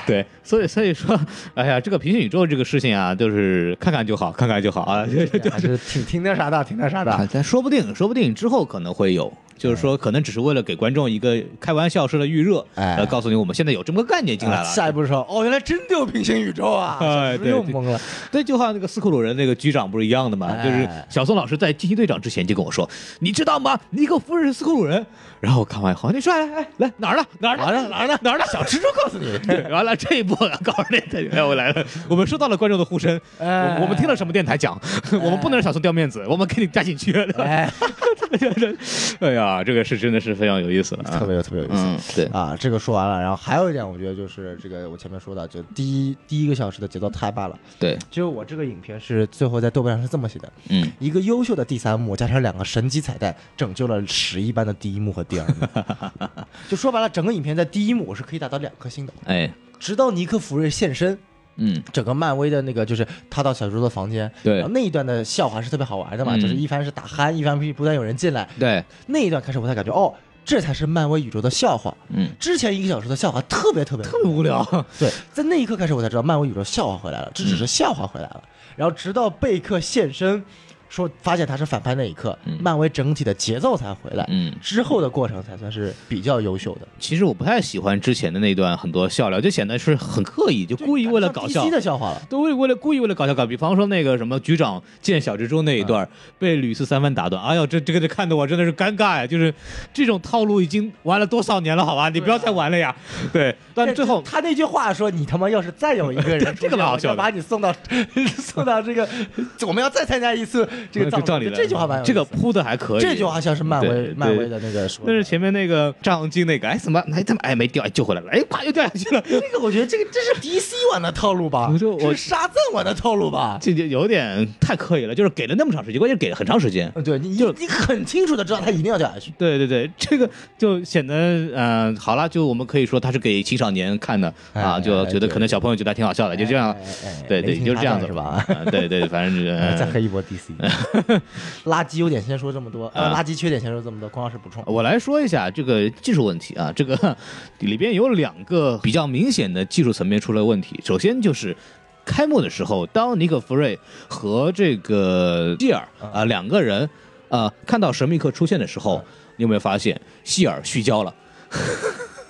对，所以所以说，哎呀，这个平行宇宙这个事情啊，就是看看就好，看看就好啊， 哎还是挺挺那啥的，挺那啥 啊的。，但说不定，说不定之后可能会有，就是说，可能只是为了给观众一个开玩笑式的预热，哎呃，告诉你我们现在有这么个概念进来啊了。下一步是说，哦，原来真的有平行宇宙啊！哎小时候对又对懵了。对，就好像那个斯库鲁人那个局长不是一样的嘛，哎就是小宋老师在《惊奇队长》之前就跟我说，你知道吗？尼克夫人是斯库鲁人。然后我看完以后，你说来来来哪儿呢？哪儿呢？哪儿呢哪儿呢哪儿呢？小蜘蛛告诉 你。对，完了这一波告诉你，哎，我来了，我们收到了观众的呼声，哎我我们听了什么电台讲，我们不能让小宋掉面子，我们给你加进去。哎， 哎呀，这个是真的是非常有意思了啊，特别有特别有意思。嗯，对，啊，这个说完了，然后还有一点，我觉得就是这个我前面说的，就第一第一个小时的节奏太慢了。对，就我这个影片是最后在豆瓣上是这么写的，嗯，一个优秀的第三幕加上两个神级彩蛋，拯救了屎一般的第一幕和第二幕。 就说白了，整个影片在第一幕我是可以打到两颗星的，哎，直到尼克弗瑞现身。嗯，整个漫威的那个就是他到小猪的房间，对然后那一段的笑话是特别好玩的嘛，嗯就是一番是打鼾，一番不断有人进来，对，那一段开始我才感觉哦，这才是漫威宇宙的笑话。嗯，之前一个小时的笑话特别特别特特别无聊。对，嗯在那一刻开始，我才知道漫威宇宙笑话回来了，这只是笑话回来了。然后直到贝克现身，说发现他是反派那一刻，漫威整体的节奏才回来。嗯，之后的过程才算是比较优秀的，其实我不太喜欢之前的那段很多笑料，就显得是很刻意，就故意为了搞笑 DC。的笑话了。都为为了故意为了搞笑搞，比方说那个什么局长见小蜘蛛那一段嗯儿、被屡次三番打断，哎呦，这这个这看得我真的是尴尬呀！就是这种套路已经玩了多少年了，好吧，你不要再玩了呀。对，但最后他那句话说：“你他妈要是再有一 个人这个蛮好笑的我就把你送到 送到这个，我们要再参加一次这个就葬照礼。理就”这句话蛮有意思这的个铺的还可以，这句话像是漫对威对漫威的那个说法，但是前面那个张晶那个，哎，怎么，哎，他妈，哎，没掉，哎救回来了，哎，啪，又掉下去了， 这个我觉得这个这是 DC 玩的套路吧，我就这我是沙赞玩的套路吧。这就有点太刻意了，就是给了那么长时间，关键是给了很长时间。嗯，对你你你很清楚的知道他一定要掉下去，对对对，这个就显得，嗯、好了，就我们可以说它是给青少年看的啊，哎就觉得对可能小朋友觉得还挺好笑的，就这样哎，哎哎对没对，听就是这样他子的是吧？啊对对，反正就是再黑一波 DC，垃圾优点先说这么多，啊呃，垃圾缺点先说这么多，孔老师补充。我来说一下这个技术问题啊，这个里边有两个比较明显的技术层面出了问题。首先就是开幕的时候，当尼可弗瑞和这个希尔嗯啊两个人啊看到神秘客出现的时候，你有没有发现希尔虚焦了？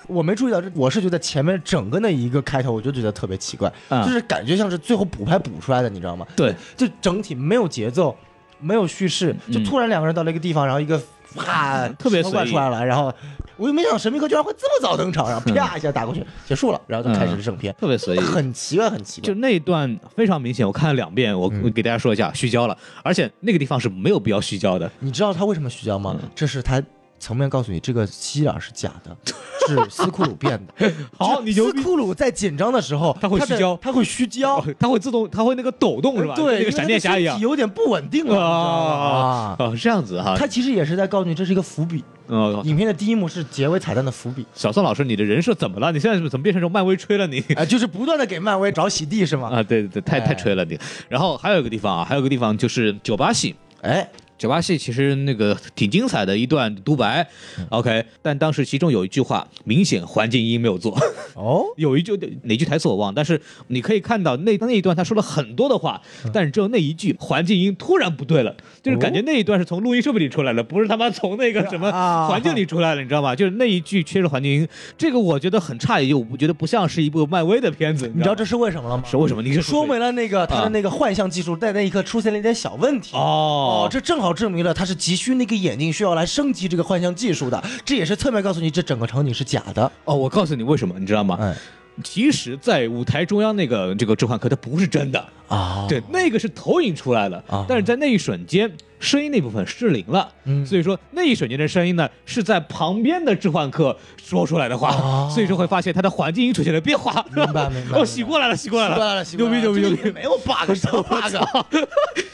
我没注意到，这我是觉得前面整个那一个开头，我就觉得特别奇怪，嗯就是感觉像是最后补拍补出来的，你知道吗？对，就整体没有节奏，没有叙事，就突然两个人到了一个地方，然后一个啪，嗯 特别石头怪随意出来了，然后我也没想到神秘客居然会这么早登场，然后嗯啪一下打过去，结束了，然后就开始了正片，特别随意。很奇怪，很奇怪就。那一段非常明显，我看了两遍，我嗯我给大家说一下，虚焦了，而且那个地方是没有必要虚焦的，你知道他为什么虚焦嗯吗？这是他层面告诉你，这个希尔是假 的，是斯库鲁变的。好就你牛斯逼库鲁在紧张的时候， 他会的虚焦他会虚焦哦。 它会自动，它会那个抖动是吧？呃对，因就那个为他闪电侠身一样体。有点不稳定了，你知道啊吗？哦，这样子哈，他其实也是在告诉你，这是一个伏笔。哦，影片的第一幕是结尾彩蛋的伏 笔，小宋老师，你的人设怎么了？你现在怎么变成这种漫威吹了你？哎，就是不断的给漫威找洗地是吗？啊，对对对，太哎太吹了你。然后还有一个地方啊，还有一个地方就是酒吧戏。哎，酒吧戏其实那个挺精彩的一段独白、o 嗯 k 但当时其中有一句话明显环境音没有做，哦，有一句哪句台词我忘了，但是你可以看到那那一段他说了很多的话，但是只有那一句环境音突然不对了，就是感觉那一段是从录音设备里出来的，不是他妈从那个什么啊环境里出来的，你知道吗？就是那一句缺失环境音，这个我觉得很诧异，我觉得不像是一部漫威的片子，你你知知道道这是为什么了吗？是为什么？你是说明了那个他的啊那个幻象技术在那一刻出现了一点小问题。哦哦，这正好证明了他是急需那个眼镜需要来升级这个幻象技术的，这也是侧面告诉你这整个场景是假的。哦，我告诉你为什么，你知道吗？哎，其实，在舞台中央那个这个置换壳，它不是真的，啊，对，那个是投影出来的，啊但是在那一瞬间，声音那部分失灵了，嗯所以说那一瞬间的声音呢，是在旁边的置换客说出来的话，哦所以说会发现它的环境音出现了变化。明 白明白哦，洗过来了，洗过来习惯了，了，习牛惯逼了牛逼这牛里逼面！没有 bug，什么 bug？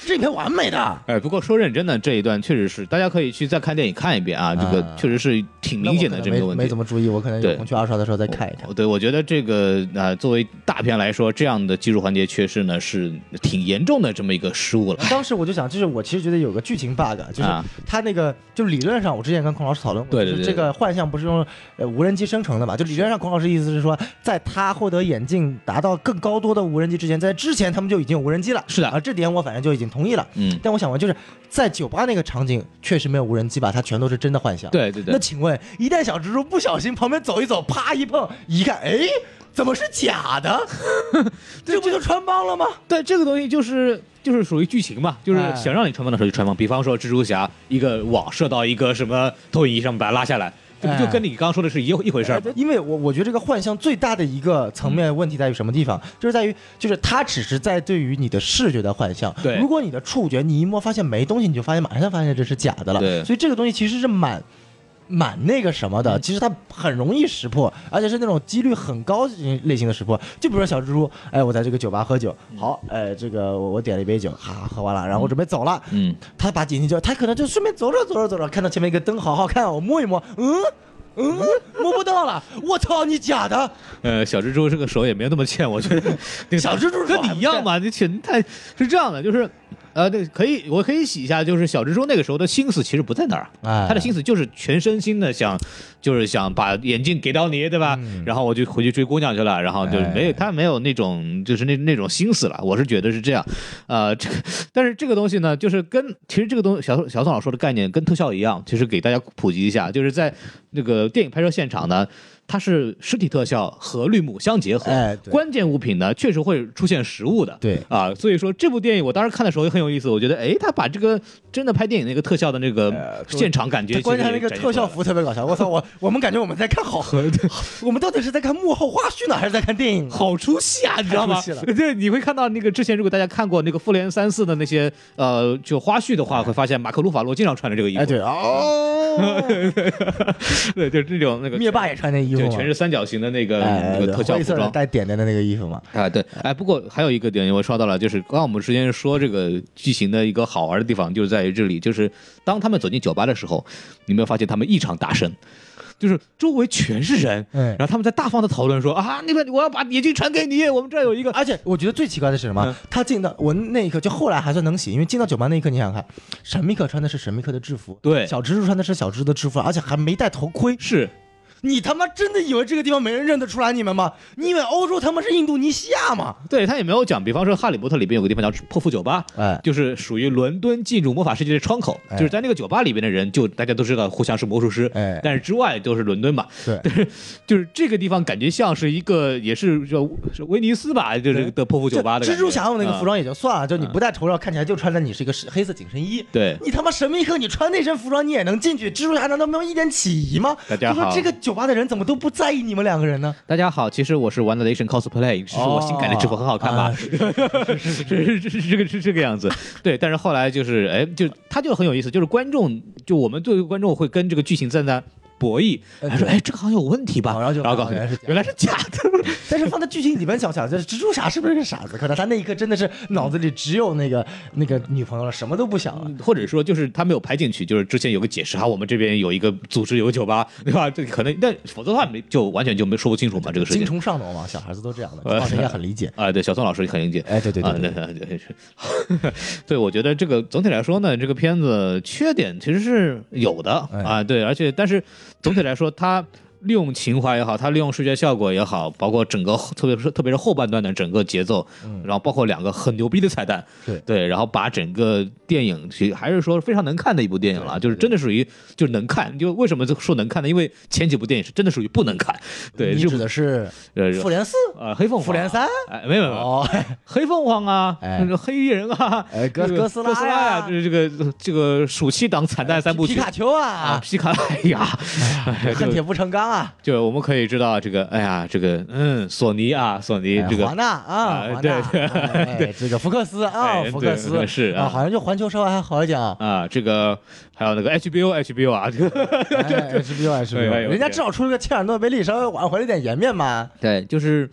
这 片完美的。哎，不过说认真的，这一段确实是，大家可以去再看电影看一遍啊，这啊个确实是挺明显的这么一个问没题没怎。么注意，我可能有对空去二刷的时候再看一看。哦对，我觉得这个呃，作为大片来说，这样的技术环节缺失呢，是挺严重的这么一个失误了。 当时我就想，就是我其实觉得有个剧情 bug，就是啊它那个，就理论上，我之前跟孔老师讨论过，对就是对对这个幻象不是用呃无人机生成的嘛？就理论上，孔老师意思是说，在他获得眼镜达到更高多的无人机之前，在之前他们就已经有无人机了。是的啊，这点我反正就已经同意了。嗯，但我想问，就是在酒吧那个场景确实没有无人机吧？它全都是真的幻象。。对对对那。请问，一旦小蜘蛛不小心旁边走一走，啪一碰，一看，哎，怎么是假 的？这不就穿帮了吗？但这个东西就是就是属于剧情嘛，就是哎想让你穿帮的时候就穿帮。比方说蜘蛛侠一个网射到一个什么投影仪上面把它拉下来，这不就哎跟你刚刚说的是一一回事儿吗？嗯因为我我觉得这个幻象最大的一个层面问题在于什么地方，就是在于就是它只是在对于你的视觉的幻象。对如果你的触觉你一摸发现没东西，你就发现马上发现这是假的了。对所以这个东西其实是蛮。蛮那个什么嗯的，其实它很容易识破，而且是那种几率很高类型的识破。就比如说小蜘蛛，哎，我在这个酒吧喝酒，嗯好，哎，这个我我点了一杯酒，哈，喝完了，然后我准备走了，嗯，他把眼镜就他可能就顺便走着走着走着，看到前面一个灯好好看，我摸一摸，嗯嗯，摸不到了，我操，你假的！呃，小蜘蛛 这个手也没有那么欠，我觉得那个小蜘蛛手跟还不你一样嘛，你挺太是这样的，就是呃，对，可以，我可以洗一下，就是小蜘蛛那个时候的心思其实不在那儿哎啊，他的心思就是全身心的想，就是想把眼镜给到你，对吧？嗯然后我就回去追姑娘去了，然后就哎没有、他没有那种就是那那种心思了，我是觉得是这样，呃，这个但是这个东西呢，就是跟其实这个东西小小宋老师说的概念跟特效一样，就是给大家普及一下，就是在那个电影拍摄现场呢。它是实体特效和绿幕相结合，哎对关键物品呢确实会出现实物的，对啊，所以说这部电影我当时看的时候也很有意思，我觉得哎，他把这个真的拍电影那个特效的那个呃现场感觉，他关键他那个特效服特别搞笑，我操！我我们感觉我们在看 好，我们到底是在看幕后花絮呢，还是在看电影？好出戏啊，你知道吗太出戏了？对，你会看到那个之前，如果大家看过那个《复联三四》的那些呃就花絮的话，会发现马克·鲁法洛经常穿着这个衣服，哎哎，对 哦，对，就是这种那个灭霸也穿那衣服对，嘛，全是三角形的那个哎呃那个特效灰服色的装。带点点的那个衣服嘛。啊，对，哎，不过还有一个点我刷到了，就是刚刚我们之前说这个剧情的一个好玩的地方，就是在于这里，就是当他们走进酒吧的时候，你有没有发现他们异常大声，就是周围全是人，嗯然后他们在大方的讨论说啊，那个我要把眼镜传给你，我们这儿有一个，而且我觉得最奇怪的是什么？嗯他进到我那一刻，就后来还算能洗，因为进到酒吧那一刻，你想想看，神秘客穿的是神秘客的制服，对小蜘蛛穿的是小蜘蛛的制服，而且还没戴头盔。是你他妈真的以为这个地方没人认得出来你们吗？你以为欧洲他妈是印度尼西亚吗？对他也没有讲，比方说《哈利波特》里边有个地方叫泼妇酒吧，哎就是属于伦敦进入魔法世界的窗口，哎就是在那个酒吧里边的人，就大家都知道互相是魔术师，哎但是之外都是伦敦嘛， 对，就是这个地方感觉像是一个，也是叫是威尼斯吧，就是的泼妇酒吧的就感蜘觉蛛侠用那个啊服装也就算了，就你不戴头罩，看起来就穿的你是一个是黑色紧身衣。对你他妈神秘客，你穿那身服装你也能进去？蜘蛛侠难道没有一点起疑吗？大家就说好这个酒吧的人怎么都不在意你们两个人呢？大家好，其实我是玩的雷神 cosplay，只是我新改的制服很好看吧？哦啊是是是这个是这个样子。对，但是后来就是，哎，就他就很有意思，就是观众，就我们作为观众会跟这个剧情在那博弈，呃他说，哎，这个好像有问题吧？哦然后就告诉你原来是假的原来是假的。但是放在剧情里边想想，就是蜘蛛侠是不是个傻子？可能他那一刻真的是脑子里只有那个那个女朋友了，什么都不想了。嗯或者说就是他没有排进去，就是之前有个解释哈，我们这边有一个组织有个酒吧，对吧？这可能，但否则的话没就完全就没说不清楚嘛，这个事精情。虫上脑嘛，小孩子都这 样的，呃老师应该很理解。啊、对，小宋老师很理解。哎对对对啊，对对对 对，我觉得这个总体来说呢，这个片子缺点其实是有的、哎啊，对，而且但是总体来说，它利用情怀也好，它利用视觉效果也好，包括整个特别是特别是后半段的整个节奏，然后包括两个很牛逼的彩蛋，嗯对对，然后把整个电影其实还是说非常能看的一部电影了，就是真的属于就是能看，就为什么说能看呢？因为前几部电影是真的属于不能看，对，你日指本的是呃复联四、呃黑凤凰复联三？哎，没有没有没有，哦，黑凤凰啊，哎那个黑衣人啊，哎哥这个哥哥斯斯拉呀呀，这个这个这个暑期档惨淡 三部皮曲卡丘啊啊，，皮卡， 哎呀，哎恨这铁个不成钢啊，就我们可以知道这个，哎呀，这个嗯，索尼啊，索尼哎这个华纳啊，啊华纳对对哎 哎这个福克斯啊，哎福克对斯是啊啊，好像就环球稍微还好一点 啊。啊，这个还有那个 HBO HBO 啊， 这个对，HBO 哎哎 HBO，呦人家至少出了个切尔诺贝利，稍微挽回了点颜面嘛。对，就是。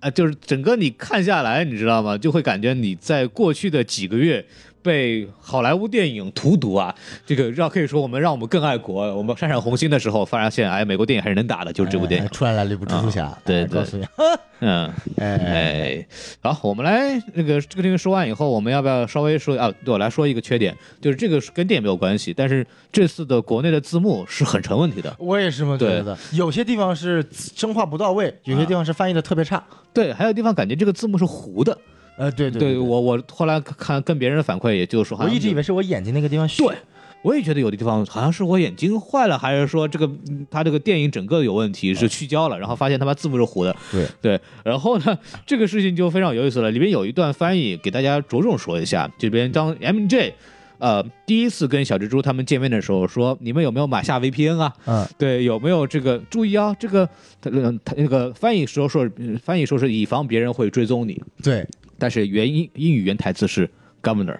啊，就是整个你看下来，你知道吗？就会感觉你在过去的几个月被好莱坞电影荼毒啊。这个让可以说我们让我们更爱国。我们闪闪红星的时候，发现哎，美国电影还是能打的，就是这部电影啊哎。出来了一部蜘蛛侠，对哎对告诉你，嗯，哎，哎，好，我们来那个这个电影说完以后，我们要不要稍微说啊？对我来说一个缺点，就是这个是跟电影没有关系，但是这次的国内的字幕是很成问题的。我也是这么觉对得。有些地方是生化不到位，有些地方是翻译的特别啊差。对，还有地方感觉这个字幕是糊的。呃，对对对，我我后来看跟别人的反馈，也就是说好我像一直以为是我眼睛那个地方虚对。我也觉得有的地方好像是我眼睛坏了，还是说这个嗯它这个电影整个有问题，是聚焦了，然后发现他妈字幕是糊的。对对，然后呢，这个事情就非常有意思了。里边有一段翻译给大家着重说一下，这边当 MJ。呃，第一次跟小蜘蛛他们见面的时候说，你们有没有买下 VPN 啊？嗯，对，有没有这个注意啊？这个他他那个翻译说说，嗯翻译说是以防别人会追踪你，对，但是原英英语原台词是 governor。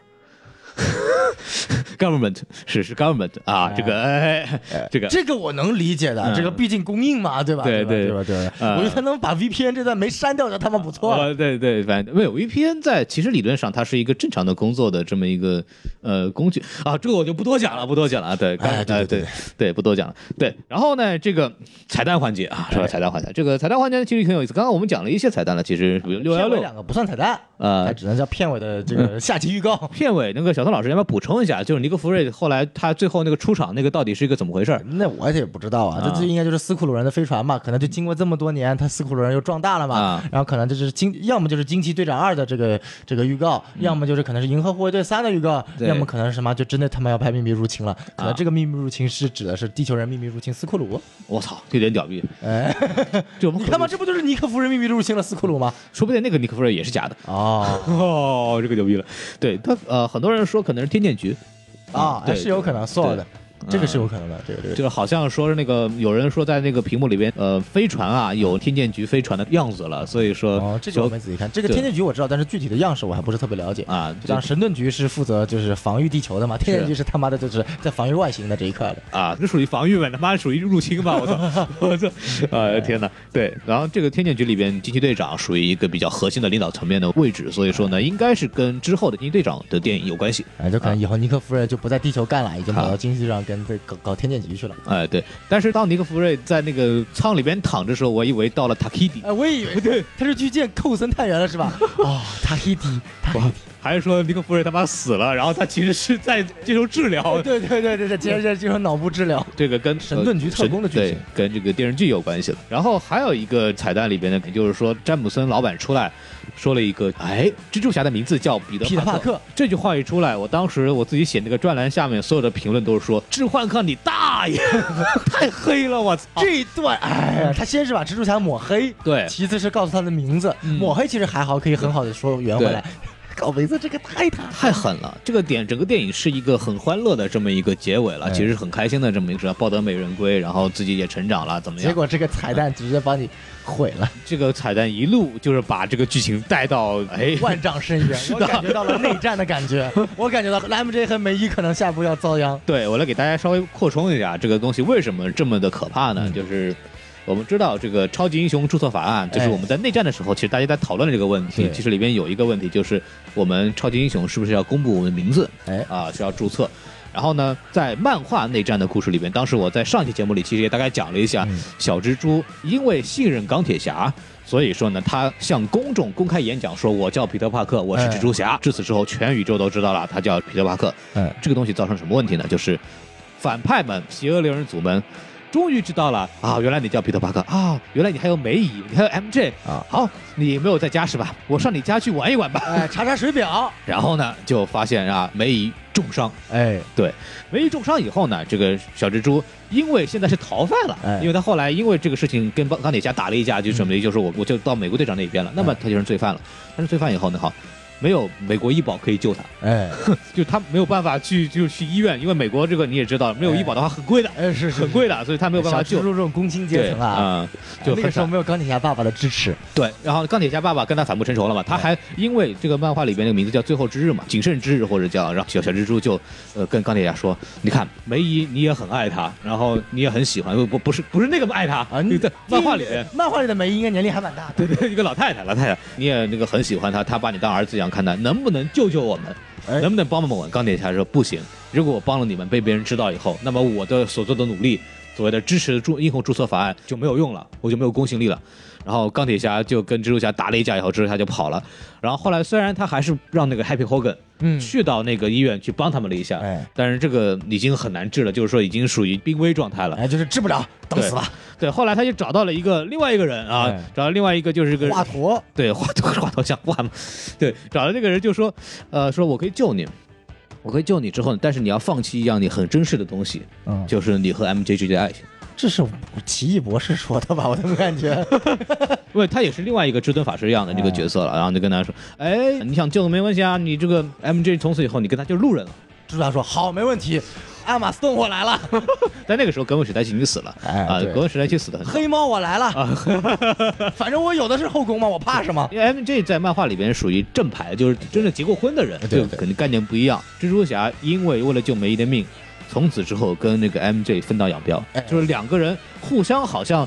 government 是是 government 啊，这个哎这个这个我能理解的嗯，这个毕竟供应嘛，对吧？对对对吧对吧？对呃吧我觉得他能把 VPN 这段没删掉，就他妈不错了。呃，对对，反正没有 VPN 在其实理论上它是一个正常的工作的这么一个呃工具啊，这个我就不多讲了，不多讲了，对，刚哎对呃对对对，不多讲了，对。然后呢，这个彩蛋环节啊，哎说到彩蛋环节，这个彩蛋环节其实挺有意思。刚刚我们讲了一些彩蛋了，其实比如六嗯幺片尾六两个不算彩蛋，呃它只能叫片尾的这个下集预告。片尾那个小宋老师要不要补充一下？就是尼克弗瑞后来他最后那个出场那个到底是一个怎么回事儿？那我也不知道啊，啊这这应该就是斯库鲁人的飞船嘛，可能就经过这么多年，他斯库鲁人又壮大了嘛啊，然后可能这是惊，要么就是惊奇队长二的这个这个预告，要么就是可能是银河护卫队三的预告，嗯对啊要么可能是什么就真的他妈要拍秘密入侵了，可能这个秘密入侵是指的是地球人秘密入侵斯库鲁，我操，有点屌逼！哎，就我 们你可他妈这不就是尼克弗人秘密入侵了斯库鲁吗？说不定那个尼克弗瑞也是假的。哦 哦，这个牛逼了！对他呃，很多人说可能是天剑局啊，对哎是有可能对嗯错的，这个是有可能的，这个这个。就是好像说是那个有人说在那个屏幕里边，呃，飞船啊有天剑局飞船的样子了，所以说哦，这个我没仔细看。这个对天剑局我知道，但是具体的样式我还不是特别了解。啊就像神盾局是负责就是防御地球的嘛，天剑局是他妈的就是在防御外星的这一块的。啊，这属于防御吧？他妈属于入侵吧？我操！我操！啊，天哪！对，然后这个天剑局里边，惊奇队长属于一个比较核心的领导层面的位置，所以说呢，应该是跟之后的惊奇队长的电影有关系。哎，就可能以后尼克夫人就不在地球干了，已经跑啊到经济上跟这搞搞天剑局去了。哎，对，但是当尼克弗瑞在那个舱里边躺着的时候，我以为到了塔基迪，哎，我也以为不 对，他是去见寇森探员了是 吧？哦，塔希迪，塔希迪还是说尼克弗瑞他妈死了，然后他其实是在接受治疗哦，？对对对对对，接着接着就是脑部治疗。这个跟神盾局特工的剧情对跟这个电视剧有关系了。然后还有一个彩蛋里边呢，就是说詹姆森老板出来说了一个，哎，蜘蛛侠的名字叫彼得彼得帕帕克克。这句话一出来，我当时我自己写那个专栏下面所有的评论都是说置换克你大爷， 太黑了，我操！这一段，哎呀，他先是把蜘蛛侠抹黑，对其次是告诉他的名字，抹黑其实还好，可以很好的说圆回来。 搞名字这个太他太狠了！这个点，整个电影是一个很欢乐的这么一个结尾了，哎其实很开心的这么一个，抱得美人归，然后自己也成长了，怎么样结？果这个彩蛋直接把你毁了，这个彩蛋一路就是把这个剧情带到 哎，万丈深 渊。我感觉到了内战的感 觉，我感觉到 MJ 和梅姨可能下步要遭殃。对我来给大家稍微扩充一下这个东西为什么这么的可怕呢？就是。我们知道这个超级英雄注册法案，就是哎我们在内战的时候，其实大家在讨论这个问题。对其实里边有一个问题，就是我们超级英雄是不是要公布我们的名字？哎啊，需要注册。然后呢，在漫画内战的故事里边，当时我在上期节目里其实也大概讲了一下，嗯小蜘蛛因为信任钢铁侠，所以说呢，他向公众公开演讲说：“我叫彼得·帕克，我是哎蜘蛛侠。至此之后，全宇宙都知道了他叫彼得·帕克。嗯，这个东西造成什么问题呢？就是反派们、邪恶猎人组们。终于知道了啊！原来你叫彼得·帕克啊！原来你还有梅姨，你还有 MJ 啊！好，你没有在家是吧？我上你家去玩一玩吧。哎，查查水表，然后呢，就发现啊，梅姨重伤。哎，对，梅姨重伤以后呢，这个小蜘蛛因为现在是逃犯了，哎嗯因为他后来因为这个事情跟钢钢铁侠打了一架，就准备就是我我就到美国队长那边了，哎那么他就是罪犯了。但是罪犯以后呢，好，没有美国医保可以救他，哎，就他没有办法去就去医院，因为美国这个你也知道，没有医保的话很贵的，哎是是很贵的，所以他没有办法小救蜘。蛛这种工薪对阶层啊，啊、就那很个时候惨没有钢铁侠爸爸的支持，对，然后钢铁侠爸爸跟他反目成仇了嘛，他还因为这个漫画里边那个名字叫最后之日嘛，谨慎之日或者叫让小小蜘蛛就呃跟钢铁侠说，你看梅姨你也很爱他，然后你也很喜欢，不不不是不是那个爱他啊你在漫画里这边。漫画里的梅姨应该年龄还蛮大的，对 对，一个老太太，老太太，你也那个很喜欢他，他把你当儿子一样看待，能不能救救我们？哎能不能帮帮我们？钢铁侠说不行，如果我帮了你们，被别人知道以后，那么我的所做的努力，所谓的支持注英雄注册法案就没有用了，我就没有公信力了。然后钢铁侠就跟蜘蛛侠打了一架以后，蜘蛛侠就跑了。然后后来虽然他还是让那个 Happy Hogan 嗯去到那个医院去帮他们了一下，哎但是这个已经很难治了，就是说已经属于濒危状态了。哎，就是治不了，等死吧，对，后来他就找到了一个另外一个人啊，哎找到另外一个就是个华佗，对，画 头画头像画嘛，对，找了那个人就说，呃，说我可以救你，我可以救你之后，但是你要放弃一样你很珍视的东西，嗯，就是你和 MJ 之间的爱情。这是奇异博士说的吧？我怎么感 觉？因为他也是另外一个至尊法师一样的这个角色了，然后就跟他说，哎，你想救我没关系啊，你这个 MJ 从此以后你跟他就是路人了。朱大说好，没问题。阿玛斯顿我来了，但那个时候耿伟史黛西已经死了哎啊，对耿伟史黛西死的很早。黑猫我来了， 反正我有的是后宫嘛，我怕什么？因为 MJ 在漫画里边属于正牌，就是真的结过婚的人，对就对肯定概念不一样。蜘蛛侠因为为了救梅姨的命，从此之后跟那个 MJ 分道扬镳哎，就是两个人互相好像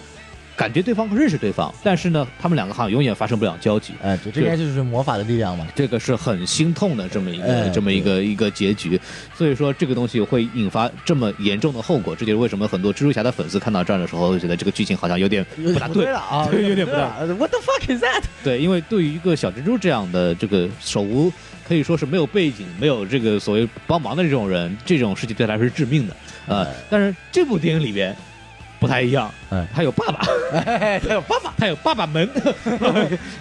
感觉对方认识对方，但是呢，他们两个好像永远发生不了交集。哎，这这应该就是魔法的力量嘛。这个是很心痛的这么一个、哎这么一个一个结局，所以说这个东西会引发这么严重的后果，这就是为什么很多蜘蛛侠的粉丝看到这儿的时候，会觉得这个剧情好像有点不大对了啊，对有点不了。What the fuck is that？对，因为对于一个小蜘蛛这样的这个手无可以说是没有背景、没有这个所谓帮忙的这种人，这种事情对他来说是致命的。呃，但是这部电影里边不太一样，哎他有爸爸， 哎，他有爸爸。他有爸爸 门。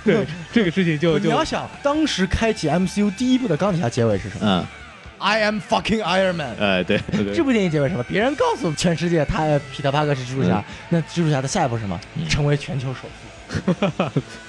对，这个事情就哎你就要想当时开启 MCU 第一部的钢铁侠结尾是什么嗯？I am fucking Iron Man。呃对，对这部电影结尾是什么？别人告诉全世界他皮特帕克是蜘蛛侠，那蜘蛛侠的下一步是什么？嗯成为全球首富。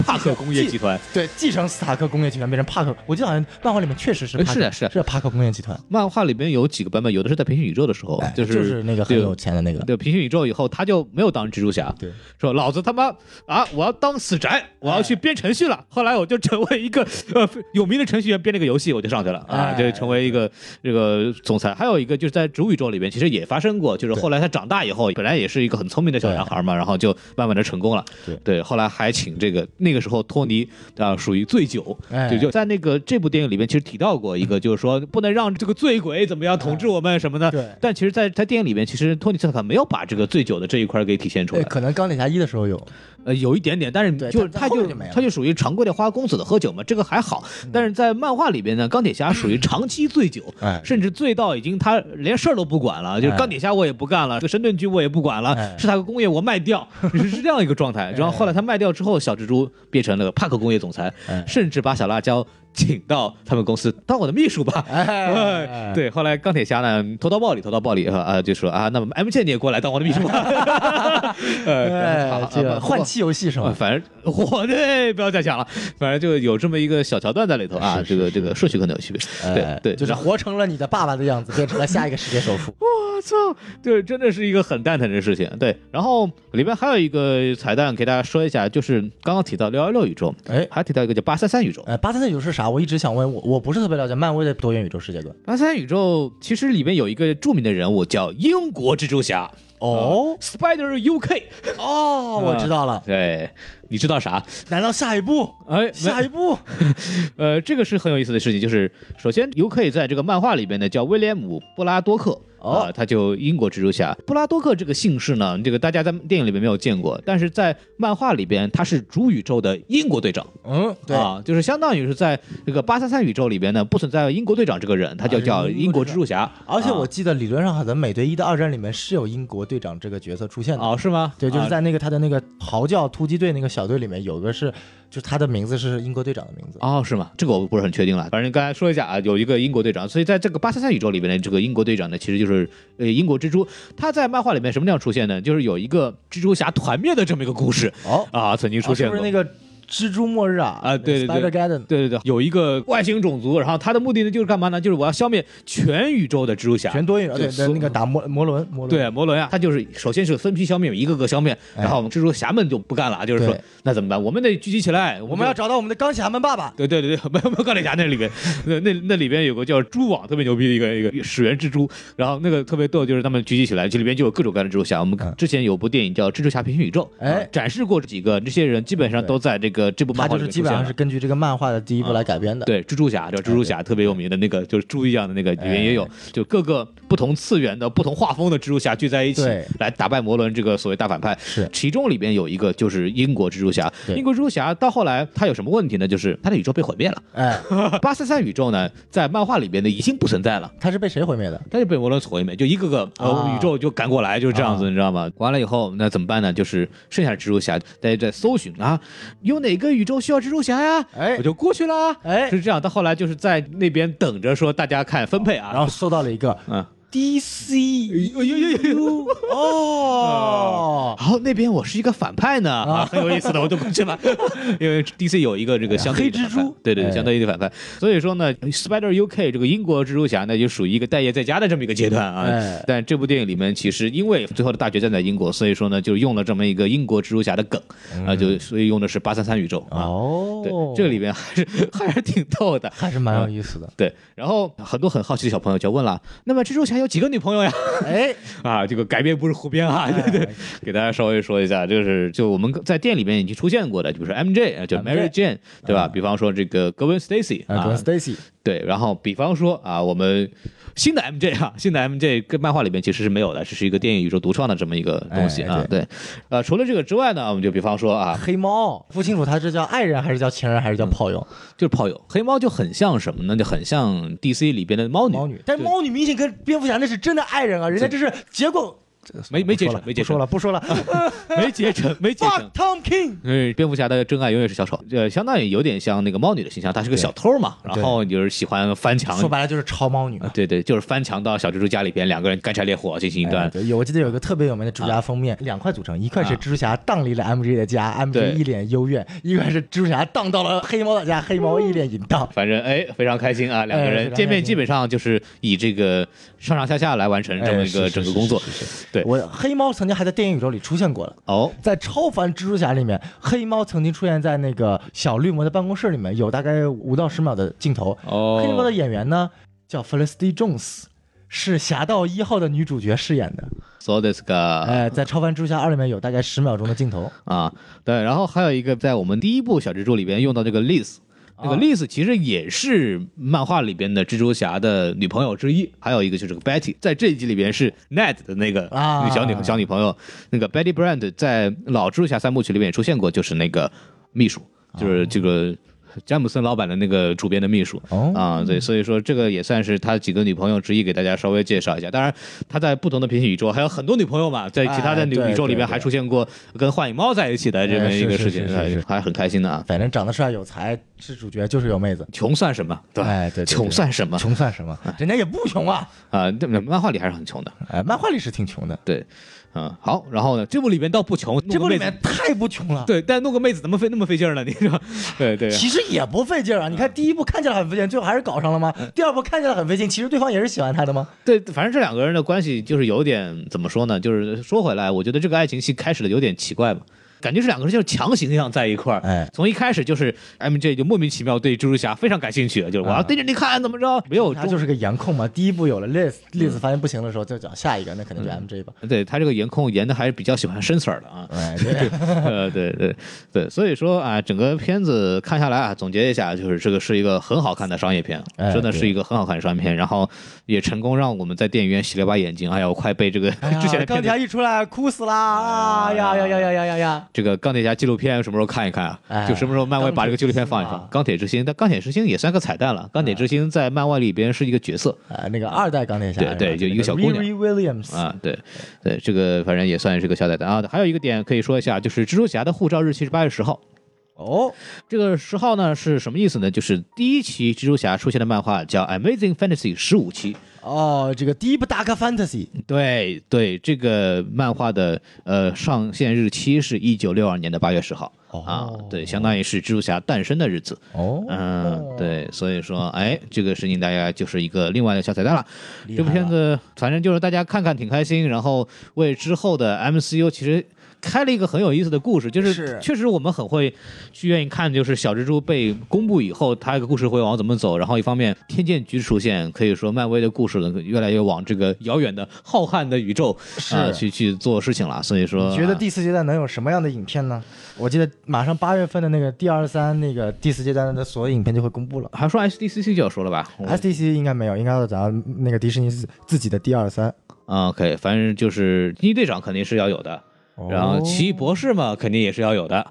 帕克工业集团。对，继承斯塔克工业集团，变成帕克。我记得好像漫画里面确哎实是呃帕克是的是的是帕啊克工业集团，漫画里边有几个版本，有的是在平行宇宙的时候，哎是就就是那个很有钱的那个。对平行宇宙以后，他就没有当蜘蛛侠，对，说老子他妈啊，我要当死宅，我要去编程序哎了。后来我就成为一个呃有名的程序员，编了个游戏，我就上去了啊，哎就成为一个这个总裁。还有一个就是在主宇宙里边，其实也发生过，就是对后来他长大以后，本来也是一个很聪明的小男孩嘛，然后就慢慢的成功了。对后来还请这个那个时候托尼啊、属于醉酒，哎就就在那个这部电影里面其实提到过一个，就是说不能让这个醉鬼怎么样统治我们什么的。对但其实在，在电影里面，其实托尼斯塔没有把这个醉酒的这一块给体现出对，来。可能钢铁侠一的时候有，呃，有一点点，但是对就是但他后就面就没了嗯他就属于常规的花花公子的喝酒嘛，这个还好。但是在漫画里边呢，钢铁侠属于长期醉酒，哎甚至醉到已经他连事儿都不管了，就是哎钢铁侠我也不干了，这个深圳区我也不管了，哎是他个工业我卖 掉，是是这样一个状态。然后后来他卖掉之后，小蜘蛛变成了帕克工业总裁，哎甚至把小辣椒请到他们公司当我的秘书吧。哎， 对，后来钢铁侠呢，投到暴里，投到暴里啊、呃就说啊，那么 M 姐你也过来当我的秘书 吧。呃，哎好，这个啊换气游戏是啊，吧？反正我对不要再讲了，反正就有这么一个小桥段在里头啊，是是这个是这个顺序可能有区别，哎对对，就是然后活成了你的爸爸的样子，变成了下一个世界首富。我操， 对，真的是一个很蛋疼的事情，对，然后里面还有一个彩蛋给大家说一下，就是刚刚提到六幺六宇宙， 哎还提到一个叫八三三宇宙，哎，八三三宇宙是啥？我一直想问，我我不是特别了解漫威的多元宇宙世界观。八三宇宙其实里面有一个著名的人物叫英国蜘蛛侠哦呃，Spider UK，哦，我知道了。 对，你知道啥？难道下一步？哎，没下一步？呃，这个是很有意思的事情，就是首先尤克在这个漫画里边呢叫威廉姆·布拉多克。哦啊、他就英国蜘蛛侠布拉多克这个姓氏呢，这个大家在电影里面没有见过，但是在漫画里边他是主宇宙的英国队长嗯，对，啊，就是相当于是在这个八三三宇宙里边呢，不存在英国队长这个人，他就啊叫是英国蜘蛛侠。而且啊我记得理论上好像美队一的二战里面是有英国队长这个角色出现的。哦是嗯吗？对，就是啊在那个他的那个嚎叫突击队那个小队里面，有个是，就是他的名字是英国队长的名字。哦，是吗？这个我不是很确定了。反正刚才说一下啊，有一个英国队长，所以在这个八三三宇宙里面的这个英国队长呢，其实就是呃英国蜘蛛。他在漫画里面什么样出现呢？就是有一个蜘蛛侠团灭的这么一个故事哦，啊，曾经出现啊是不过。是那个蜘蛛末日啊？啊对 s 对对 p i d e r g a r d e n 对对对，有一个外星种族，然后他的目的呢就是干嘛呢？就是我要消灭全宇宙的蜘蛛侠，全多元宇宙对对对，所嗯那个打摩摩轮摩轮。对，摩伦啊，他就是首先是分批消灭，一个个消灭，哎然后蜘蛛侠们就不干了，就是说对那怎么办？我们得聚集起来，我我们要就。找到我们的钢铁侠们爸爸。对对对对，没 有没有钢铁侠那里边，那那那里边有个叫蛛网特别牛逼的一个一嗯个始源蜘蛛，然后那个特别逗，就是他们聚集起来，这里边就有各种各样的蜘蛛侠。我们嗯之前有部电影叫《蜘蛛侠平行宇宙》，哎啊展示过几个这些人，基本上都在这个这部他漫画就里是基面出本现上了是。哎根据这个漫画的第一部来改编的。啊对，蜘蛛侠叫蜘蛛侠，特别有名的那个就是猪一样的那个，里面也哎有，就各个不同次元的、不同画风的蜘蛛侠聚在一起对，来打败摩伦这个所谓大反派。是其中里边有一个就是英国蜘蛛侠，对英国蜘蛛侠到后来他有什么问题呢？就是他的宇宙被毁灭了。哎， 八三三宇宙呢，在漫画里边呢已经不存在了。他是被谁毁灭的？他就被摩伦所毁灭，就一个个呃、啊宇宙就赶过来，就是这样子，啊你知道吗？完了以后，那怎么办呢？就是剩下的蜘蛛侠，大家在搜寻啊，有哪个宇宙需要蜘蛛侠呀？哎我就过去啦。哎是这样。到后来就是在那边等着说大家看分配啊，然后收到了一个哎嗯， D C 呦哎呦呦呦 U 哦，好，那边我是一个反派呢，啊，很有意思的，我就不去 了，因为 DC 有一个这个相对应的黑蜘蛛反派对对哎对，相对应的反派，所以说呢，Spider UK 这个英国蜘蛛侠呢，就属于一个待业在家的这么一个阶段啊。哎但这部电影里面，其实因为最后的大决战在英国，所以说呢，就用了这么一个英国蜘蛛侠的梗啊，就所以用的是八三三宇宙啊。嗯哦，对，这个里面还是还是挺逗的。还是蛮有意思的。对，然后很多很好奇的小朋友就问了，那么蜘蛛侠有几个女朋友呀？哎， 啊，这个改编不是胡编啊， 对对，给大家稍微说一下，就是就我们在店里面已经出现过的，就比如说 MJ 啊，就 Mary Jane，对吧？比方说这个 Gwen Stacy 啊啊， ，Stacy，对，然后比方说啊，我们新的 MJ 啊，新的 MJ 跟漫画里面其实是没有的，这是一个电影宇宙独创的这么一个东西哎啊，对，呃，除了这个之外呢，我们就比方说啊，黑猫，不清楚他是叫爱人还是叫情人还是叫炮友就是炮友黑猫就很像什么呢？就很像 DC 里边的猫女，猫女，但对猫女明显跟蝙蝠侠那是真的爱人啊，人家这是结果没没结不说成了，没结不说成，了，不 说了。没结成，没结成 Fuck。Tom King，嗯，蝙蝠侠的真爱永远是小丑，呃，相当于有点像那个猫女的形象，她是个小偷嘛，然后就是喜欢翻墙，说白了就是超猫女嘛。对对，就是翻墙到小蜘蛛家里边，两个人干柴烈火进行一哎段，对，有我记得有一个特别有名的蜘蛛侠封面，两块组成，一块是啊蜘蛛侠荡离了 MJ 的家，MJ 对一脸幽怨；一块是蜘蛛侠荡到了黑猫的家，黑猫一脸淫荡。反正哎非常开心啊，两个哎非常人开见面心基本上就是以这个上上下下来完成 这么一哎个是整是个工作是是是对我黑猫曾经还在电影宇宙里出现过了。哦。在超凡蜘蛛侠里面，黑猫曾经出现在那个小绿魔的办公室里面，有大概五到十秒的镜头。黑猫的哦，演员呢叫 Felicity Jones，是《侠盗一号》的女主角饰演的。 so this 个哎，在《超凡蜘蛛侠二》里面有大概十秒钟的镜头。啊，对，然后还有一个在我们第一部小蜘蛛里边用到这个 Liz，那个 Liz 其实也是漫画里边的蜘蛛侠的女朋友之一，还有一个就是个 Betty，在这一集里边是 Ned 的那个啊女小女、小女朋友，那个 Betty Brant 在老蜘蛛侠三部曲里面也出现过，就是那个秘书，就是这个。詹姆森老板的那个主编的秘书、哦啊，对，所以说这个也算是他几个女朋友之一，给大家稍微介绍一下。当然，他在不同的平行宇宙还有很多女朋友嘛，在其他的哎女对宇宙里面对对还出现过跟幻影猫在一起的这么一哎个是是事情，是是是还很开心的啊。反正长得帅、有才是主角，就是有妹子。穷算什么？对吧，哎对对对穷算什么？穷算什么？人家也不穷啊！啊、对漫画里还是很穷的。哎，漫画里是挺穷的，对，嗯、好，然后呢，这部里面倒不穷，这部里弄个妹面子太不穷了。对，但弄个妹子怎么费那么费劲儿呢？你说， 对对。其实也不费劲儿啊！你嗯看第一部看起来很费劲，最后还是搞上了吗？第二部看起来很费劲，其实对方也是喜欢他的吗？对，反正这两个人的关系就是有点怎么说呢？就是说回来，我觉得这个爱情戏开始的有点奇怪嘛，感觉这两个人就是强行想在一块儿。哎从一开始就是 MJ 就莫名其妙对蜘蛛侠非常感兴趣，就是我要啊盯着你看怎么着，没有他中就是个颜控嘛。第一部有了 Liz，Liz 嗯发现不行的时候，就讲下一个，那肯定就 MJ 吧。对他这个颜控颜的还是比较喜欢深色儿的啊。哎，对，呃，对对对，所以说啊，整个片子看下来啊，总结一下，就是这个是一个很好看的商业片，哎真的对是一个很好看的商业片，然后也成功让我们在电影院洗了把眼睛。哎呀，我快被这个、 哎呀之前的钢片铁子侠一出来哭死啦！哎哎呀呀呀呀呀呀呀呀！这个钢铁侠纪录片什么时候看一看啊？哎就什么时候漫威把这个纪录片放一钢铁之心。啊放钢铁之心，但钢铁之心也算个彩嗯蛋了。钢铁之心在漫威里边是一个角色啊，那个二代钢铁侠，对是吧对就一个小姑娘 Riri Williams 啊，对，对，这个反正也算是个小彩蛋啊。还有一个点可以说一下，就是蜘蛛侠的护照日期是八月十号。哦，这个十号呢是什么意思呢？就是第一期蜘蛛侠出现的漫画叫《Amazing Fantasy》十五期。哦，这个 Deep Dark Fantasy，对对，这个漫画的呃上线日期是一九六二年的八月十号、哦啊，对，相当于是蜘蛛侠诞生的日子。哦嗯、对，所以说，哎，这个事情大家就是一个另外的小彩蛋了。厉害这部片了子反正就是大家看看挺开心，然后为之后的 MCU 其实。开了一个很有意思的故事，就是是确实我们很会去愿意看，就是小蜘蛛被公布以后，它的故事会往怎么走。然后一方面，天剑局出现，可以说漫威的故事呢越来越往这个遥远的浩瀚的宇宙是啊、去去做事情了。所以说，你觉得啊第四阶段能有什么样的影片呢？我记得马上八月份的那个第二三那个第四阶段的所有影片就会公布了。还说 SDCC 就要说了吧？我 SDC 应该没有，应该是咱那个迪士尼自自己的第二三。啊 OK，反哦正就是惊奇队长肯定是要有的，然后奇异博士嘛肯定也是要有的。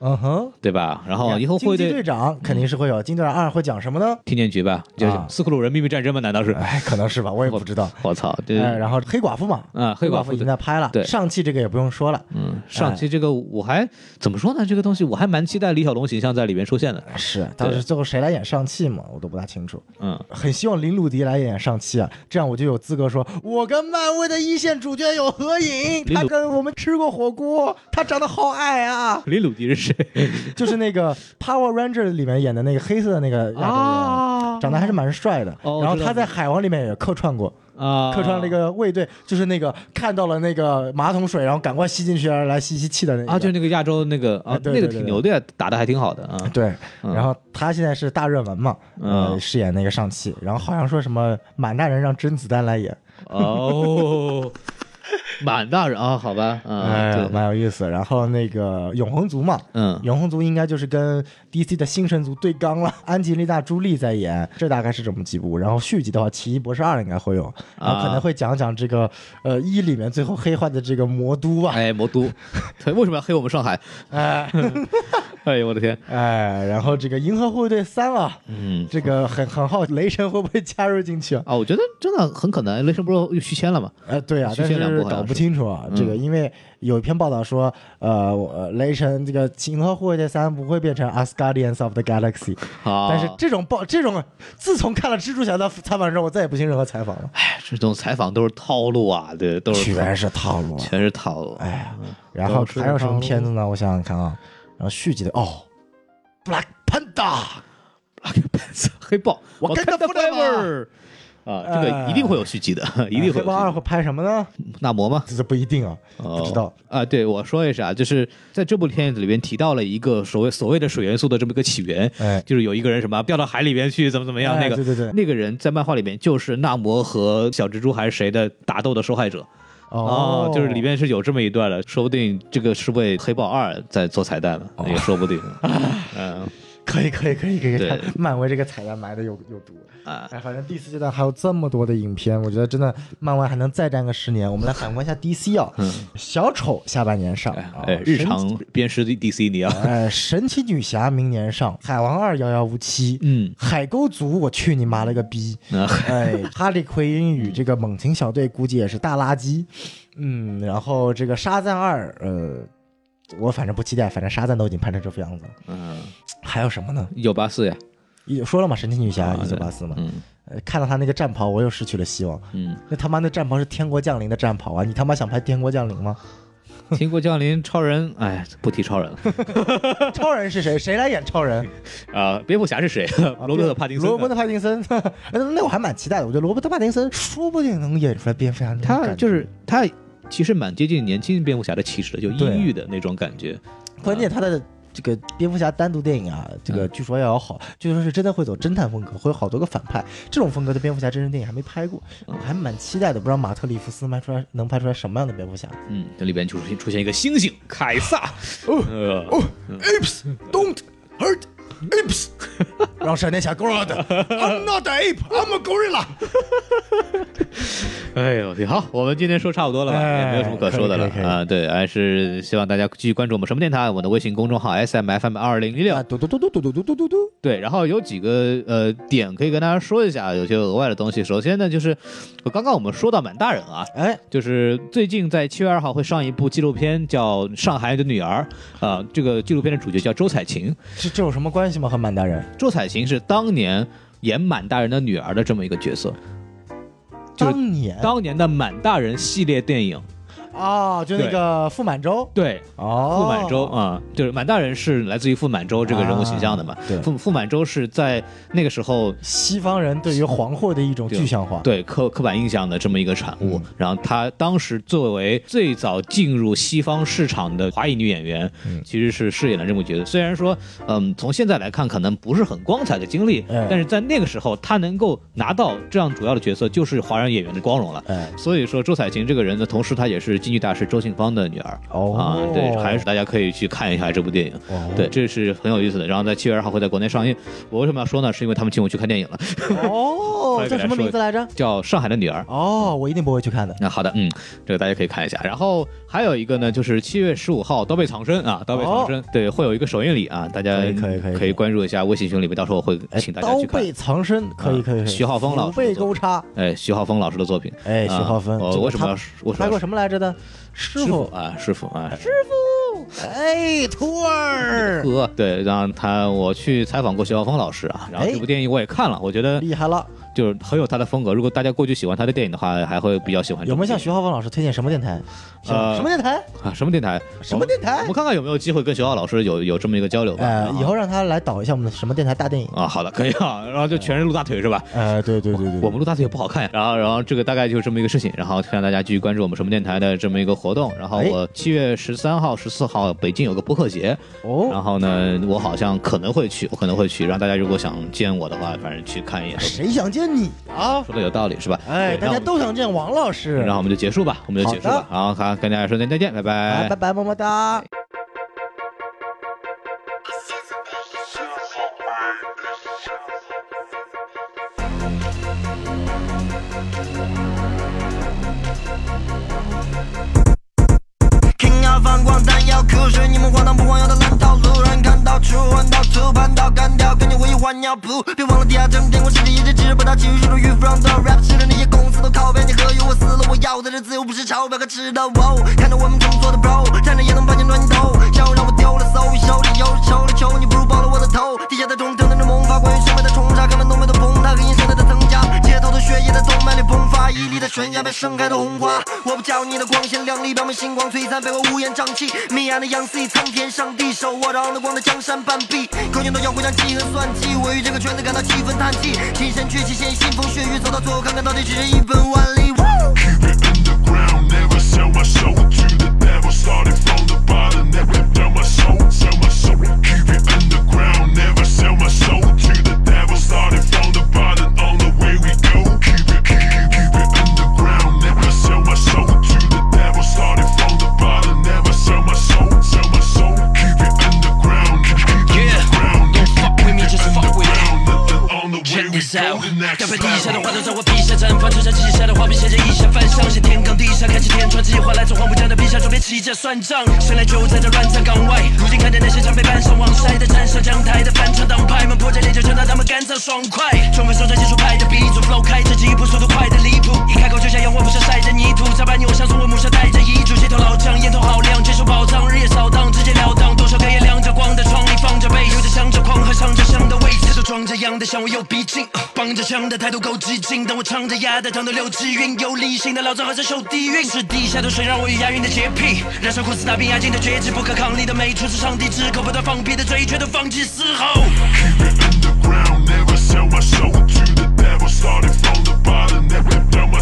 嗯哼，对吧？然哦后以后惊会奇对嗯队长肯定是会有，惊奇队长二会讲什么呢？听见局吧，就是啊斯库鲁人秘密战争吗？难道是？哎，可能是吧，我也不知道。我操，这哎，然后黑寡妇嘛，啊，黑黑寡寡妇妇已经在拍了，对上汽这个也不用说了，嗯，哎上期这个我还怎么说呢？这个东西我还蛮期待李小龙形象在里面出现的。是当时最后谁来演上汽嘛，我都不大清楚。嗯，很希望林鲁迪来演上汽啊，这样我就有资格说，我跟漫威的一线主角有合影，林鲁，他跟我们吃过火锅，他长得好矮啊林鲁迪 是谁？就是那个 Power Ranger 里面演的那个黑色的那个亚洲人。啊长得还是蛮帅的，哦我然后知道他在海王里面也客串过，啊，客串了一个卫队，就是那个看到了那个马桶水，然后赶快吸进去然后来吸吸气的那个。啊，就是那个亚洲那个啊哎，对那个对对挺牛的呀，打的还挺好的啊。对，嗯然后他现在是大热门嘛，呃，嗯饰演那个上汽，然后好像说什么满大人让甄子丹来演，哦，满大人啊，好吧，哎啊，呀，对，蛮有意思。然后那个永恒族嘛，嗯，永恒族应该就是跟 DC 的星辰族对刚了， 安吉丽娜·朱莉在演，这大概是这么几部。然后续集的话，《奇异博士二》应该会有，然后可能会讲讲这个呃一里面最后黑化的这个魔都吧， 哎，魔都，他为什么要黑我们上海？哎哎呦我的天，哎，然后这个《银河护卫队三》啊，嗯。这个很很好，雷神会不会加入进去啊？啊，我觉得真的很可能，雷神不是又续签了嘛？呃，对啊，续但签两部是好像搞不是嗯清楚啊，这个因为有一篇报道说，呃，我呃雷神这个《银河护卫队三》不会变成《Asgardians of the Galaxy》，啊，但是这种报这种，自从看了蜘蛛侠的采访之后，我再也不信任何采访了，哎，这种采访都是套路啊，对，都是全是套路啊。全是套路。哎呀，然后还有什么片子呢？我想想看啊，然后续集的哦，《Black Panther》。黑豹，我看看到 forever forever 啊，这个哎一定会有续集的，一定会黑有豹二续会拍什么呢？集。纳摩吗？这不一 定啊，哦不知道。啊，对我说一下，就是在这部片子里边提到了一个所谓所谓的水元素的这么一个起源，哎就是有一个人什么掉到海里边去，怎么怎么样，哎那个对对对那个人在漫画里面就是纳摩和小蜘蛛还是谁的打斗的受害者。哦，就是里面是有这么一段的，说不定这个是为《黑豹二》在做彩蛋了，哦也 说不定。哎嗯可以可以可以可以，对看漫威这个彩蛋埋的有有毒。啊，哎，反正第四阶段还有这么多的影片，我觉得真的漫威还能再战个十年。我们来反观一下 DC 啊，小丑下半年上，啊嗯哎，日。神常鞭尸 DC 你啊，哎，神奇女侠明年上，海王二遥遥无期，嗯海沟族我去你妈了个逼，啊哎，哈利奎因与这个猛禽小队估计也是大垃圾，嗯，然后这个沙赞二，呃，我反正不期待，反正沙赞都已经拍成这副样子了，嗯，还有什么呢？一九八四呀，一说了嘛，神奇女侠啊一九八四嘛，嗯呃，看到他那个战袍，我又失去了希望。嗯，那他妈那战袍是天国降临的战袍啊！你他妈想拍天国降临 吗？天国嗯降临，超人，哎，不提超 人了超人是谁？谁来演超人？啊，蝙蝠侠是谁？罗伯特帕丁森，啊罗伯特帕丁森， 那那我还蛮期待的。我觉得罗伯特帕丁森说不定能演出来蝙蝠侠那种感觉。他就是他，其实蛮接近年轻蝙蝠侠的气质的，就对啊阴郁的那种感觉。关键他的这个蝙蝠侠单独电影啊，嗯这个据说要有好，据说是真的会走侦探风格，会有好多个反派。这种风格的蝙蝠侠真人电影还没拍过，我嗯还蛮期待的。不知道马特·里夫斯拍出来能拍出来什么样的蝙蝠侠嗯，这里边就出现出现一个猩猩凯撒，哦呃， ？Don't hurt apes，然 后闪电侠 God，I'm not an ape，I'm a gorilla。哎呦，挺好，我们今天说差不多了吧，哎也没有什么可说的了可以可以可以啊。对，还是希望大家继续关注我们什么电台，我的微信公众号 S M F M 二零一六啊，。嘟嘟嘟嘟嘟嘟嘟嘟嘟嘟，对，然后有几个呃点可以跟大家说一下，有些额外的东西。首先呢，就是呃刚刚我们说到满大人啊，哎，就是最近在七月二号会上一部纪录片叫《上海的女儿》啊、这个纪录片的主角叫周彩琴，这这有什么关系吗？和满大人？周彩琴是当年演满大人的女儿的这么一个角色，就是当年当年的满大人系列电影，啊，就那个傅满洲，对，哦，傅满洲啊、就是满大人是来自于傅满洲这个人物形象的嘛啊，对傅傅满洲是在那个时候西方人对于皇后的一种具象化，对刻刻板印象的这么一个产嗯物。然后她当时作为最早进入西方市场的华裔女演员，嗯其实是饰演了这么一个角色。虽然说，嗯，从现在来看可能不是很光彩的经历，哎但是在那个时候她能够拿到这样主要的角色，就是华人演员的光荣了。哎，所以说，周彩琴这个人呢，同时她也是京剧大师周信芳的女儿。哦啊，对，还是大家可以去看一下这部电影。哦对，这是很有意思的。然后在七月二号会在国内上映。我为什么要说呢？是因为他们请我去看电影了。哦，哦 快，叫给大什家么说名字来着？叫《上海的女儿》。哦，我一定不会去看的。那好的，嗯，这个大家可以看一下。然后还有一个呢，就是七月十五号《刀背藏身》啊，《刀背藏身》对，会有一个首映礼啊，大家哦可以可以可以可以关注一下微信群里面，到时候我会哎请大家刀去看啊背。藏身，可以可以可以。徐浩峰老师虎背钩叉，哎，徐浩峰老师的作品，哎，徐啊浩峰，我为什么要他我拍过说什么来着的？师师傅傅，啊，师傅啊，哎，徒儿，哥，对，让他我去采访过徐浩峰老师啊，然后哎这部电影我也看了，我觉得厉害了！就是很有他的风格。如果大家过去喜欢他的电影的话，还会比较喜欢这有部没有电向影。徐浩峰老师推荐什么电台？什呃么什么电台？啊什么电台？什么电我台们？看看有没有机会跟徐浩老师有有这么一个交流吧。呃啊，以后让他来导一下我们的什么电台大电影。啊，好的，可以啊， 然后就全是露大腿是吧？呃，对对对对，我们露大腿也不好看呀，然后，然后这个大概就是这么一个事情，然后让大家继续关注我们什么电台的这么一个活动。然后哎我七月十三号、十四号北京有个播客节，然哦，后呢，我好像可能会去，我可能会去。让大家如果想见我的话，反正去看一眼。谁想见你啊？说的有道理是吧？哎，对大家都想见王老师。然后我们就结束吧，我们就结束吧。然后好，跟大家说再见，拜好，拜啊拜。拜，么么哒。听啊，反光弹药，可是你们荒唐不荒谬的烂套路，让人看到吃换到吐，盘到干掉，赶紧回去换尿布。别忘了地下城电光石一直只是把它起于是的预付让的 rap，吃的那些公司都靠背，你和有我撕了，我要的是自由，不是钞票和吃的。哦，看着我们怎么做的 bro，站着也能把你暖头，笑让我丢了搜，手里有是手里球，你不如抱了我的头。地下的中等的着萌发，关于生活的冲杀，看完东北的崩塌和阴山的增加，街头的血液在动脉里迸发，屹立的悬崖被盛开的红花。我不叫你的光鲜亮丽，表面星光璀璨，背后乌烟瘴气。密暗的阳气，苍天上帝手握着昂的光的江山半壁，可见到妖狐将计和算计，我与这个圈子感到气愤叹气，亲身却气，先腥风血雨，走到最后，看看到底只是一本万利。Woo! keep it underground. Never sell my soul to the devil. Started from the bottom, never sell my soul, sell my soul. Keep it underground. Never sell my soul to the devil. Started from the bottom, on the way we go. Keep it, keep it, keep it underground. Never sell my soul to the devil. Started from the bottom, never sell my soul, sell my soul. Keep it underground. Keep it Yeah. underground. Don't fuck with me, Keep it just fuck with it. underground. Nothing On the way 见 we 你 go, 在我 the next 要被地下的 level. 话都在我笔下绽放，就像记下的画笔写着一下犯上，写天罡地下开启天窗，计划来自黄浦江的笔下，准备起价算账。生来就在这乱战岗外，如今看着那些常被搬上网晒的站上讲台的翻唱党派们，迫在脸就拳打他们干燥爽快。充分收着技术派的鼻祖，flow 开着吉普，速度快的离谱，一开口就像阳光不是晒着泥土，再把你我像从我母校带着遗嘱，街头老将烟头好亮，这首宝藏日夜扫荡，直截了当，多少个夜亮着光的窗里放着背，流着香着框和上着香的味，这首装着秧的向我又逼近，呃帮着枪的态度够激进，当我唱着压的唱到六七韵，有理性的老张还在手低韵，是地下的水让我有押韵的洁癖，燃烧酷似大兵压境的绝技，不可抗力的美，出自上帝之口，不断放屁的嘴，却都放弃嘶吼。 underground, never sell my soul to the devil. Started from the bottom, never down my